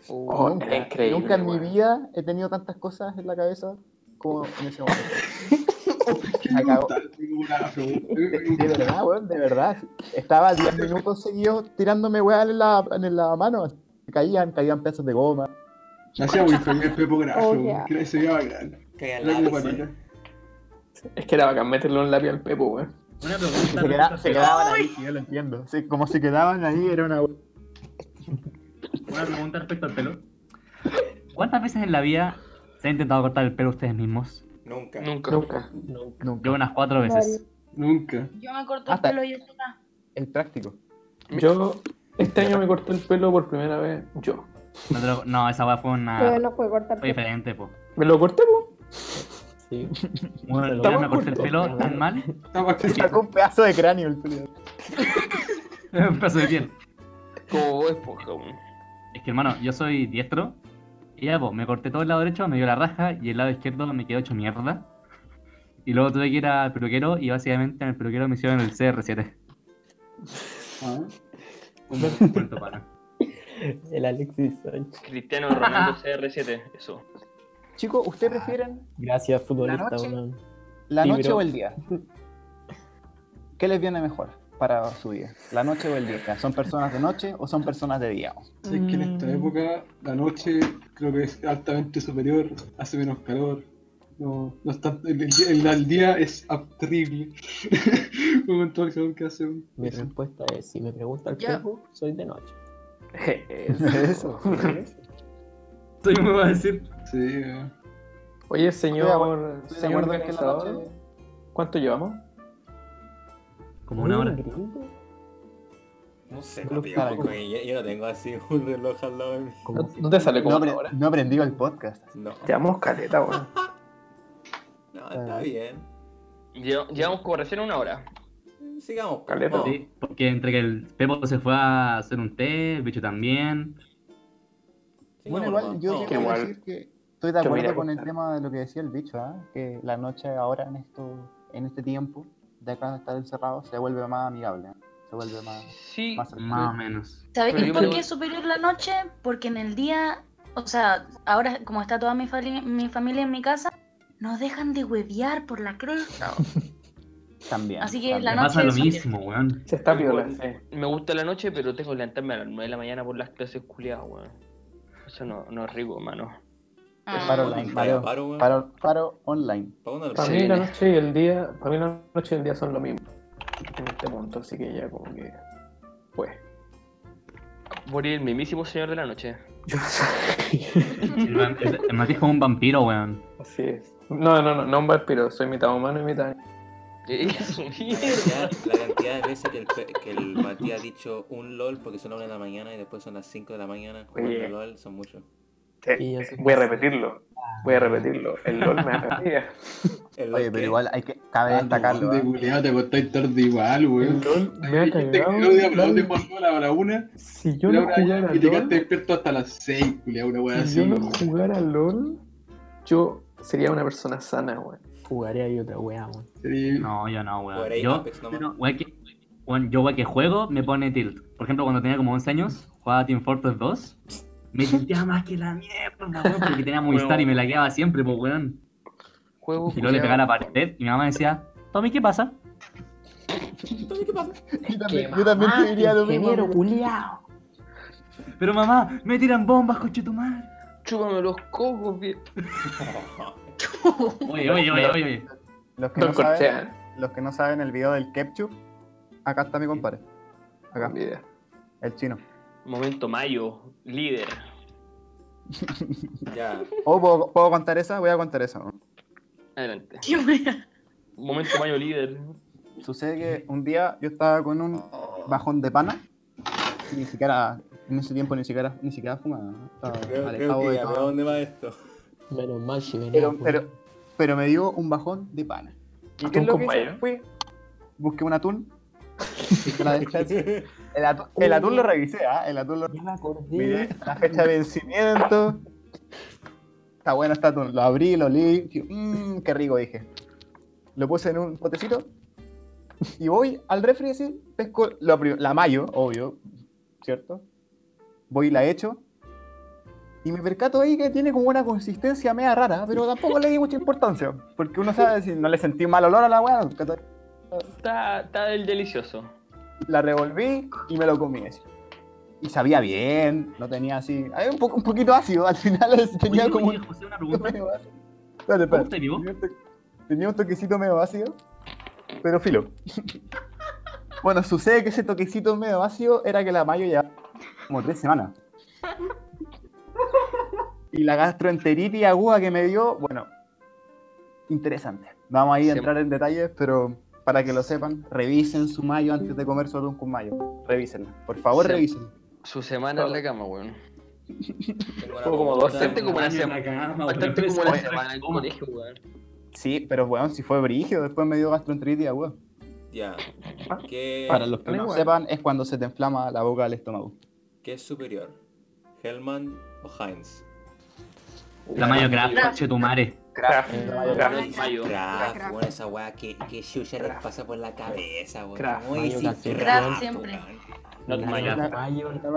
S16: Oh, era increíble,
S1: nunca en mi
S16: weón.
S1: vida he tenido tantas cosas en la cabeza como en ese momento. Me cagó. De verdad, weón, de verdad. Estaba 10 minutos seguidos tirándome weas en la, en la mano. Caían, caían pedazos de goma.
S5: Hacía muy feliz el pepo grafo.
S11: Oh, yeah.
S5: Que se veía bacán.
S15: Caía
S5: Era
S15: al
S5: como
S15: lápiz,
S5: patita.
S16: Es que era bacán meterlo en la piel al Pepo, weón.
S4: Una
S1: Se,
S4: pregunta.
S1: queda- se quedaban ahí, sí, yo lo entiendo. Sí, como se quedaban ahí, era una wea.
S4: Una pregunta respecto al pelo. ¿Cuántas veces en la vida se han intentado cortar el pelo ustedes mismos?
S15: Nunca.
S3: Nunca.
S16: Nunca.
S4: Yo unas cuatro veces.
S5: Nunca.
S9: Yo me corto el
S1: Hasta-
S9: pelo yo sola.
S1: El práctico.
S16: Yo, este año me corté el pelo por primera vez. Yo.
S4: No, te lo- no, esa weá fue
S11: Pero
S4: una.
S11: no fue cortar.
S4: Fue diferente, po.
S16: Me lo corté, po.
S8: Sí.
S4: Bueno,
S8: Pero
S4: yo me
S8: bueno,
S4: corté el
S8: corto.
S4: pelo tan mal.
S5: Estaba
S1: Se sacó un pedazo de cráneo el pelo.
S4: Un pedazo de piel.
S3: Como vos, esponja, Oh, weón.
S4: Es que hermano, yo soy diestro. Y ya, pues, me corté todo el lado derecho, me dio la raja y el lado izquierdo me quedó hecho mierda. Y luego tuve que ir al peluquero y básicamente en el peluquero me hicieron el CR7.
S5: Ah.
S4: Un buen cuento, pana.
S8: El Alexis Sánchez.
S3: Cristiano Ronaldo CR7, eso.
S1: Chicos, ¿ustedes prefieren
S8: Gracias, futbolista.
S1: noche?
S8: weón.
S1: la
S8: Sí,
S1: noche
S8: bro.
S1: o el día? ¿Qué les viene mejor para su día? ¿La noche o el día? ¿Son personas de noche o son personas de día?
S5: Sí, es que en esta época la noche creo que es altamente superior, hace menos calor. No, no está, el, el día- el- el día es ab- terrible. Con todo el calor que hace.
S8: Mi respuesta es: si me pregunta el
S5: Ya.
S8: tiempo, soy de noche.
S5: Eso.
S4: Soy me va a decir.
S5: Sí, eh.
S2: Oye,
S1: ¿Estoy de
S2: señor,
S1: acuerdo- estoy de
S2: señor
S1: acuerdo en que la
S2: organizador, ¿cuánto llevamos?
S4: Como una
S3: Uh.
S4: hora.
S7: No sé, papi, tampoco, yo, yo no tengo así un reloj al lado de mí.
S2: ¿No te sale como
S1: no,
S2: una
S1: apre-
S2: hora?
S1: no aprendí el podcast.
S7: No,
S2: Llevamos caleta, weón.
S7: no, está bien.
S3: Lle- Llevamos como recién una hora.
S7: Sigamos. pues.
S2: Caleta.
S7: vamos.
S4: Sí, porque entre que el Pepo se fue a hacer un té, el bicho también.
S1: Bueno,
S7: Sigamos,
S1: igual
S7: nomás.
S1: yo
S7: Vamos.
S1: quiero decir que estoy de
S4: Yo
S1: acuerdo
S4: miré
S1: con el
S4: bastante.
S1: tema de lo que decía el bicho, ¿ah? que la noche ahora en esto, en este tiempo, de acá de estar encerrado, se vuelve más amigable, ¿eh? se vuelve más,
S3: Sí,
S1: más cercana.
S4: Más o menos.
S3: Pero
S9: ¿Sabéis
S3: yo
S9: por
S3: me-
S9: qué es superior la noche? Porque en el día, o sea, ahora como está toda mi, fali- mi familia en mi casa, nos dejan de huevear por la cruz.
S1: También.
S9: Así que la
S4: Me
S9: noche
S4: pasa lo
S9: es superior.
S4: mismo, weón.
S2: Se está
S3: Igual,
S2: violando.
S3: Me gusta la noche, pero tengo que levantarme a las 9 de la mañana por las clases culiadas, weón. Eso no, no es rico, hermano.
S1: Paro online, paro,
S7: Paro, weón.
S1: paro, paro online.
S7: Pa' una-
S2: Para
S3: Sí.
S2: mí la noche y el día, para mí la noche y el día son lo mismo en este punto, así que ya como que pues.
S3: Morir el mismísimo señor de la noche.
S4: El van- el- el Matías es como un vampiro, weón.
S2: Así es. No, no, no, no un vampiro, soy mitad humano y mitad.
S3: Es un
S7: La cantidad, la cantidad de veces que el, pe- que el Matías ha dicho un LOL porque son las 1 de la mañana y después son las 5 de la mañana jugando
S2: Oye.
S7: LOL, son muchos.
S8: Y yo soy-
S2: Eh, Voy a repetirlo. Voy a repetirlo. El LOL me atrapía.
S7: El LOL
S1: Oye, pero
S7: que-
S1: igual hay que, cabe destacarlo.
S5: De
S1: ¿ah?
S5: culiado, te acostáis tarde igual, weón.
S2: Me ha
S5: Te quedaste de aplauso de
S2: cagado.
S5: Juan Lola a la una
S2: Si
S5: y
S2: yo no
S5: la
S2: jugara
S5: hora- y te
S2: LOL,
S5: quedaste despierto hasta las seis, culiado, una weá
S2: si
S5: así.
S2: yo no
S5: weón.
S2: jugara LOL, yo sería una persona sana, weón.
S8: Jugaría y otra weá, weón.
S5: Sí.
S4: No, yo no,
S7: Jugaré
S4: weón.
S7: ahí
S4: Yo,
S7: Apex nomás.
S4: pero, weón, que, weón, yo, weón, que juego, me pone tilt. Por ejemplo, cuando tenía como 11 años, jugaba Team Fortress 2. Me tilteaba más que la mierda, weón, porque tenía Movistar y me la quedaba siempre, pues, weón.
S3: Juego
S4: Y luego le
S3: culiao.
S4: pegaba a la pared y mi mamá decía, Tommy, ¿qué pasa?
S1: Yo también, yo también te diría lo mismo.
S8: Ingeniero
S1: amigo.
S8: culiao.
S4: Pero mamá, me tiran bombas, conchetumar.
S3: Chúpame los cocos, viejo.
S4: Oye, oye, oye, oye, oye.
S1: Los que,
S2: Don
S1: no saben,
S2: Corchea.
S1: los que no saben el video del ketchup, acá está mi compadre. Acá,
S2: Mira.
S1: el chino.
S3: Momento mayo, líder.
S7: Ya,
S1: Oh, ¿puedo, puedo contar esa? Voy a contar esa. ¿no?
S3: Adelante.
S9: Qué wea.
S3: Momento mayo, líder.
S1: Sucede que un día yo estaba con un
S7: Oh.
S1: bajón de pana. y Ni siquiera, en ese tiempo ni siquiera, ni siquiera fumaba. ¿no? Estaba
S7: creo, creo
S1: alejado
S7: que
S1: de
S7: ya veo
S1: todo.
S7: dónde va esto.
S8: Menos mal si venía.
S1: Pero,
S8: weón.
S1: pero, pero me dio un bajón de pana. ¿Y qué
S2: ¿Atún
S1: es lo
S2: con
S1: que hice?
S2: mayo?
S1: Fui, busqué un atún. hice la despensa. el, atún el atún lo revisé, ¿ah? El atún lo
S8: Ya me acordé.
S1: Miré la fecha de vencimiento. Está bueno, está atún. Lo abrí, lo leí. Mmm, qué rico, dije. Lo puse en un potecito. Y voy al refri así, pesco lo prim- la mayo, obvio, ¿cierto? Voy y la echo. Y me percato ahí que tiene como una consistencia media rara, pero tampoco le di mucha importancia. Porque uno sabe si no le sentí mal olor a la weá. ¿cachai?
S3: Está, está del delicioso.
S1: la revolví y me lo comí así. Y sabía bien, no tenía así. Hay un, poco, un poquito ácido, al final es- tenía
S4: Oye,
S1: como
S4: oye,
S1: un.
S4: José, una pregunta.
S1: Espérate,
S4: ¿Cómo
S1: espérate.
S4: usted vivo?
S1: Tenía un to- Tenía un toquecito medio ácido, pero filo. bueno, sucede que ese toquecito medio ácido era que la mayo ya como tres semanas. Y la gastroenteritis aguda que me dio, bueno, interesante. Vamos ahí a
S3: Se-
S1: entrar en detalles, pero para que lo sepan, revisen su mayo antes de comer su atún con mayo. Revísenla. Por favor,
S3: Se-
S1: revisen.
S3: Su semana en la cama, weón.
S7: Tengo una
S2: Fue como
S7: pregunta.
S2: dos
S3: Bastante como una
S4: Baño en la
S3: semana.
S4: cama,
S3: Bastante
S4: weón.
S3: como una semana en el colegio, weón.
S1: Sí, pero bueno, si fue brígido, después me dio gastroenteritis aguda.
S7: Ya. ¿Qué,
S1: Para los que no sepan, es cuando se te inflama la boca del estómago.
S7: ¿Qué es superior? ¿Hellman o Heinz?
S4: La Mayo Craft, coche tu mare.
S2: Craft.
S7: Craft,
S3: Mayo.
S7: Craft, weón, esa weá que, que Shusha les pasa por la cabeza, weón.
S2: Craft,
S7: ¿Cómo
S2: Mayo,
S7: decís
S2: canción.
S9: Craft siempre.
S7: weón?
S4: Not Mayo.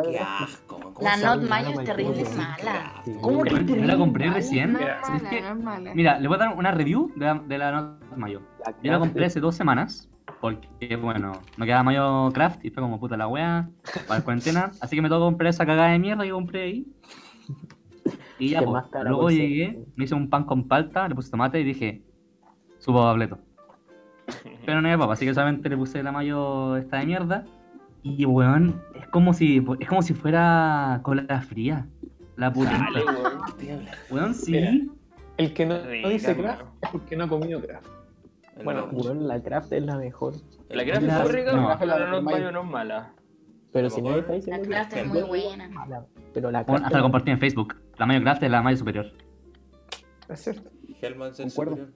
S7: Qué asco, weón. ¿Cómo
S9: La
S7: sabe
S9: Not
S7: una
S9: Mayo es
S7: weá
S9: terrible,
S7: como
S9: es mala.
S4: ¿Cómo que yo la compré recién?
S9: No es
S4: ¿Sabes
S9: mala,
S4: qué?
S9: no es mala.
S4: Mira, le voy a dar una review de la, de la nota mayo. Yo la compré hace dos semanas. Porque, bueno, no quedaba mayo craft y fue como puta la wea. Para la cuarentena. Así que me tocó comprar esa cagada de mierda que compré ahí. Y ya,
S8: Que
S4: po.
S8: más cara
S4: luego
S8: por ser.
S4: llegué, me hice un pan con palta, le puse tomate y dije, subo a Bableto. Pero no había papa, así que solamente le puse la mayo esta de mierda. Y weón, es como si, es como si fuera cola fría. La puta.
S3: Dale, weón. ¿qué te habla?
S4: Weón, sí.
S16: El que no,
S3: Rica,
S16: no dice
S3: hermano.
S16: craft es porque no ha comido craft.
S8: Bueno, weón, la craft es la mejor.
S3: La Craft es rica,
S8: no,
S3: pero la Not Mayo no es mala.
S8: Pero si no estáis diciendo
S9: La clase es muy buena.
S8: Pero la
S4: Bueno,
S8: craft.
S4: hasta lo compartí en Facebook. La mayo craft es la mayo superior.
S16: Es cierto.
S7: Hellman es
S8: Concuerdo.
S7: superior.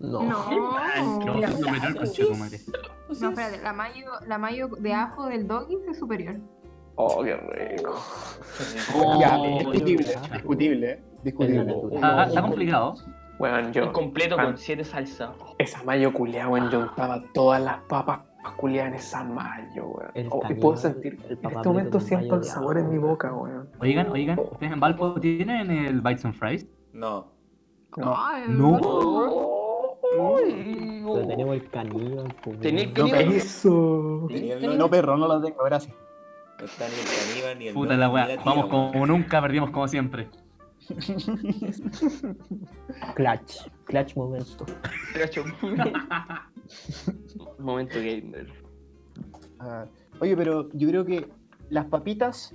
S8: No.
S6: Oh,
S4: No,
S9: La-
S4: es superior, conchetumare.
S6: No, espérate, la mayo, la mayo de ajo del doggy es superior.
S2: Oh, qué rico.
S1: Ya, este
S2: Oh,
S1: discutible, discutible, eh, discutible.
S4: Ah, Está, está complicado.
S16: Weón, yo.
S3: Un completo
S16: pan-
S3: con 7 salsas.
S16: Esa mayo culiada, weón. Yo untaba todas las papas culiadas en esa mayo, weón.
S8: El
S16: Oh, y
S8: canino,
S16: puedo sentir.
S8: el
S16: En
S8: papá
S16: este momento
S8: Pedro, mayo
S16: siento el
S8: de
S16: sabor en mi boca, weón.
S4: Oigan, oigan, ¿ustedes en Valpo tienen el Bites and Fries?
S7: No.
S4: No.
S8: Pero tenemos el caníbal. pues,
S3: Tenés
S8: weón.
S3: que ir
S16: Eso.
S7: Tenía el
S1: No,
S7: no,
S1: perro, no lo tengo, gracias.
S7: no está ni el caníbal ni el
S4: Puta
S7: Nobel,
S4: la
S7: ni
S4: weá.
S7: tira,
S4: Vamos
S7: weón.
S4: como nunca, perdimos como siempre.
S8: Clutch. Clutch momento.
S3: Cacho. Momento gamer.
S1: Ah, oye, pero yo creo que las papitas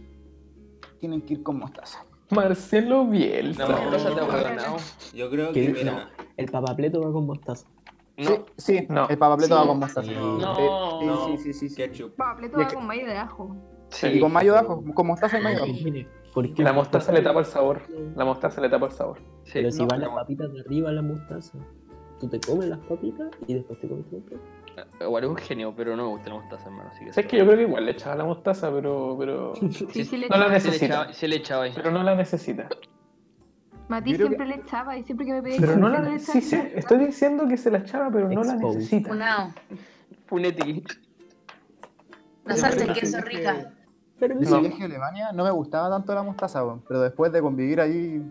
S1: tienen que ir con mostaza.
S16: Marcelo
S3: La
S16: Bielsa.
S3: mostaza te ha ganado.
S7: Yo creo
S8: Que-
S7: que, mira,
S8: El papapleto va con mostaza.
S3: No.
S1: Sí, sí,
S16: No.
S1: el papapleto
S9: Sí.
S1: va con mostaza.
S7: no,
S1: Sí,
S3: No.
S1: sí, sí, sí, sí.
S7: ketchup.
S6: Papapleto
S16: Y
S6: va
S16: es que-
S6: con mayo de ajo.
S1: Y
S3: Sí.
S1: con mayo de ajo, con mostaza y mayo de ajo.
S8: ¿Por qué?
S16: La mostaza le tapa el sabor. La mostaza le tapa el sabor.
S3: Sí.
S8: Pero si
S3: No,
S8: van las
S3: no.
S8: papitas de arriba a la mostaza. Tú te comes las papitas y después te comes tu mostaza.
S3: Igual es un genio, pero no me gusta la mostaza, hermano. Así que
S16: Es que yo creo que igual le echaba la mostaza, pero. pero...
S6: Sí, sí le
S16: No la
S6: echaba.
S3: se le
S16: necesita.
S3: echaba, se le echaba ahí.
S16: Pero no la necesita.
S6: Mati
S1: Yo creo
S6: siempre le echaba y siempre que me pedía
S16: Pero no
S6: siempre
S16: la.
S6: le
S16: Sí,
S6: echaba.
S16: sí, estoy diciendo que se la echaba, pero no la
S8: Exposed.
S16: necesita.
S9: Funao.
S3: Funeti.
S9: La salsa de queso es rica.
S8: Pero
S1: Desde
S16: No.
S1: el viaje a Alemania no me gustaba tanto la mostaza, weón, pero después de convivir allí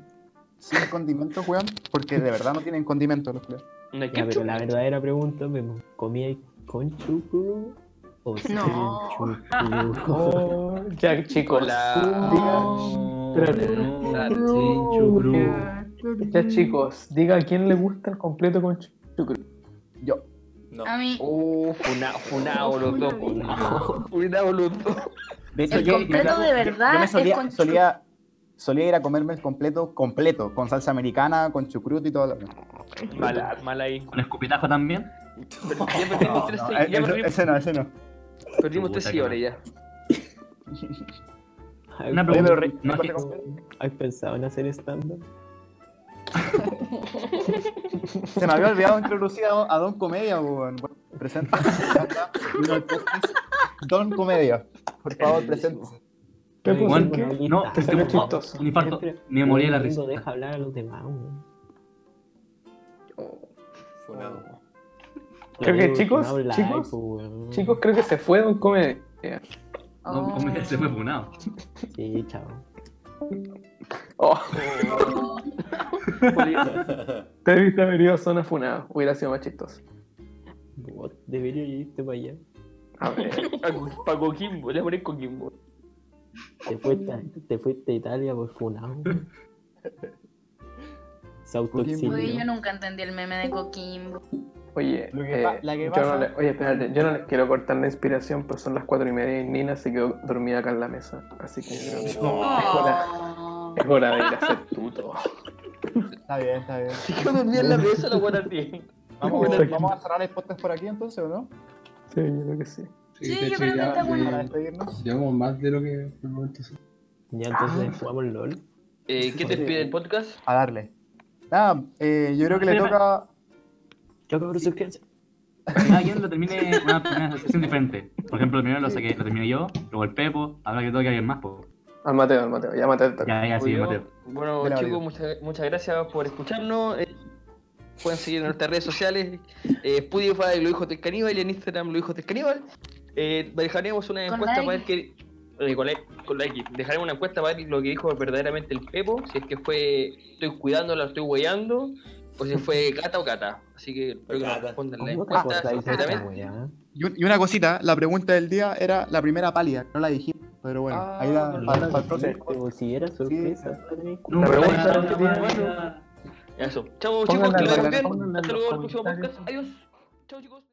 S1: sin condimentos, weón, porque de verdad no tienen condimentos los culiados.
S3: No hay
S8: Ya, pero
S3: ketchup.
S8: la verdadera pregunta, ¿me comía con chucrú o sin
S9: No.
S8: chucrú?
S16: Oh, ya, chicos.
S3: Hola.
S16: Digan- Espérate.
S4: No, sin chucrú.
S16: Ya, chicos, diga a quién le gusta el completo con chu-
S1: Yo,
S7: No.
S9: A mí,
S3: Uh, funao, funao los dos. Funao, funao los dos.
S1: de
S9: El completo de
S1: yo
S9: verdad
S1: me
S9: Ah, es
S1: solía,
S9: con chu-
S1: solía, solía ir a comerme el completo completo, con salsa americana, con chucrut y todo lo
S3: Mal, mal ahí.
S4: Con escupitajo también.
S3: Pero ya perdimos
S9: Pues
S3: tres
S1: No,
S3: seguidores.
S1: eh, eso- ese no, ese no.
S3: Perdimos tres
S4: Puta que
S3: seguidores ya.
S4: Una
S1: Oye,
S4: pregunta.
S1: pero re-
S4: No,
S1: recorte
S4: es que-
S1: completo.
S8: ¿Has pensado en hacer stand-up?
S1: Se me había olvidado introducir a Don, a Don Comedia, weón. Bueno, presenta. acá, vino al podcast. Don Comedia. Por favor, presente.
S16: ¿Qué
S8: Ay,
S16: pasa?
S4: Juan,
S8: bueno, ahí
S4: no,
S8: está.
S16: Te salió
S4: no,
S16: chistoso.
S4: un infarto.
S8: Siempre-
S4: Me morí de la
S8: todo el
S4: risa.
S8: mundo deja hablar a los demás. weón.
S7: Funado.
S16: Creo que,
S8: Yo,
S16: chicos,
S8: no habláis,
S16: chicos,
S8: pues, weón.
S16: Chicos, creo que se fue Don Comedia.
S4: No,
S9: Oh.
S4: como se fue funado.
S8: Sí, chao.
S16: Oh,
S3: Podría-
S16: te debiste haber ido a zona funada. Hubiera sido más chistoso.
S8: Vos Debería irte para allá.
S16: A ver.
S3: a Co- Pa' Coquimbo, le voy a poner Coquimbo.
S8: Te fuiste, a- te fuiste a Italia por funado. Se
S9: Oye,
S8: autoexilió.
S9: yo nunca entendí el meme de Coquimbo.
S16: Oye,
S1: Lo que
S16: eh,
S1: pa- la que
S16: yo
S1: pasa-
S16: no le- oye, espérate, yo no les quiero cortar la inspiración, pero son las cuatro y media y Nina se quedó dormida acá en la mesa. Así que yo creo que es, hora,
S9: Oh.
S16: es hora de ir a hacer tuto.
S1: Está bien, está bien.
S3: Si yo me envían la mesa, la voy a ti.
S1: Vamos,
S16: Exacto.
S1: vamos a cerrar el podcast por aquí entonces, ¿o no?
S16: Sí, yo creo que sí.
S9: Sí,
S5: de
S9: yo
S5: hecho,
S9: creo que
S5: ya,
S9: está bueno.
S1: Para
S5: eh,
S1: despedirnos.
S5: Llevamos más de lo que por el momento sí.
S8: Ya entonces jugamos LOL.
S3: Eh, ¿Qué te pide el podcast?
S1: A darle. Nada, eh, yo creo que le
S4: Espérame.
S1: toca.
S8: Yo cabrón, suscríbanse.
S4: Cada quien lo termine una, una sesión diferente. Por ejemplo, primero lo saqué, lo terminé yo, luego el Pepo, ahora que toque a alguien más, po.
S16: Al Mateo, al Mateo. Ya Mateo te toca.
S4: Ya, sí,
S3: Julio.
S4: Mateo.
S3: Bueno,
S16: Dale,
S3: chicos, muchas, muchas gracias por escucharnos. Eh, pueden seguir en nuestras redes sociales. Eh, Spotify, lo dijo Tel Caníbal, y en Instagram, lo dijo Tel Caníbal. Eh, dejaremos una
S9: Con
S3: encuesta
S9: like.
S3: para ver que. eh, con, like, con like. Dejaremos una encuesta para ver lo que dijo verdaderamente el Pepo. Si es que fue estoy cuidando, la estoy guayando. O si fue cata o cata. Así que espero que nos respondan la
S8: ¿Cómo
S2: Pues,
S8: te
S3: encuesta.
S8: acordáis de esta
S3: sinceramente.
S8: weá?
S1: Y, un- y una cosita, la pregunta del día era la primera pálida, no la dijimos, pero bueno, ahí la
S8: Ah,
S1: para, para el
S8: sí,
S1: próximo.
S8: como si era sorpresa. padre.
S1: La pregunta del día era-
S3: Eso. Chao,
S8: Pónganla
S3: chicos, que
S8: en
S3: lo
S8: la-
S3: hagan bien.
S8: pónganla en
S3: Hasta
S8: los
S3: luego en el próximo
S8: comentarios.
S3: podcast. Adiós. Chao, chicos.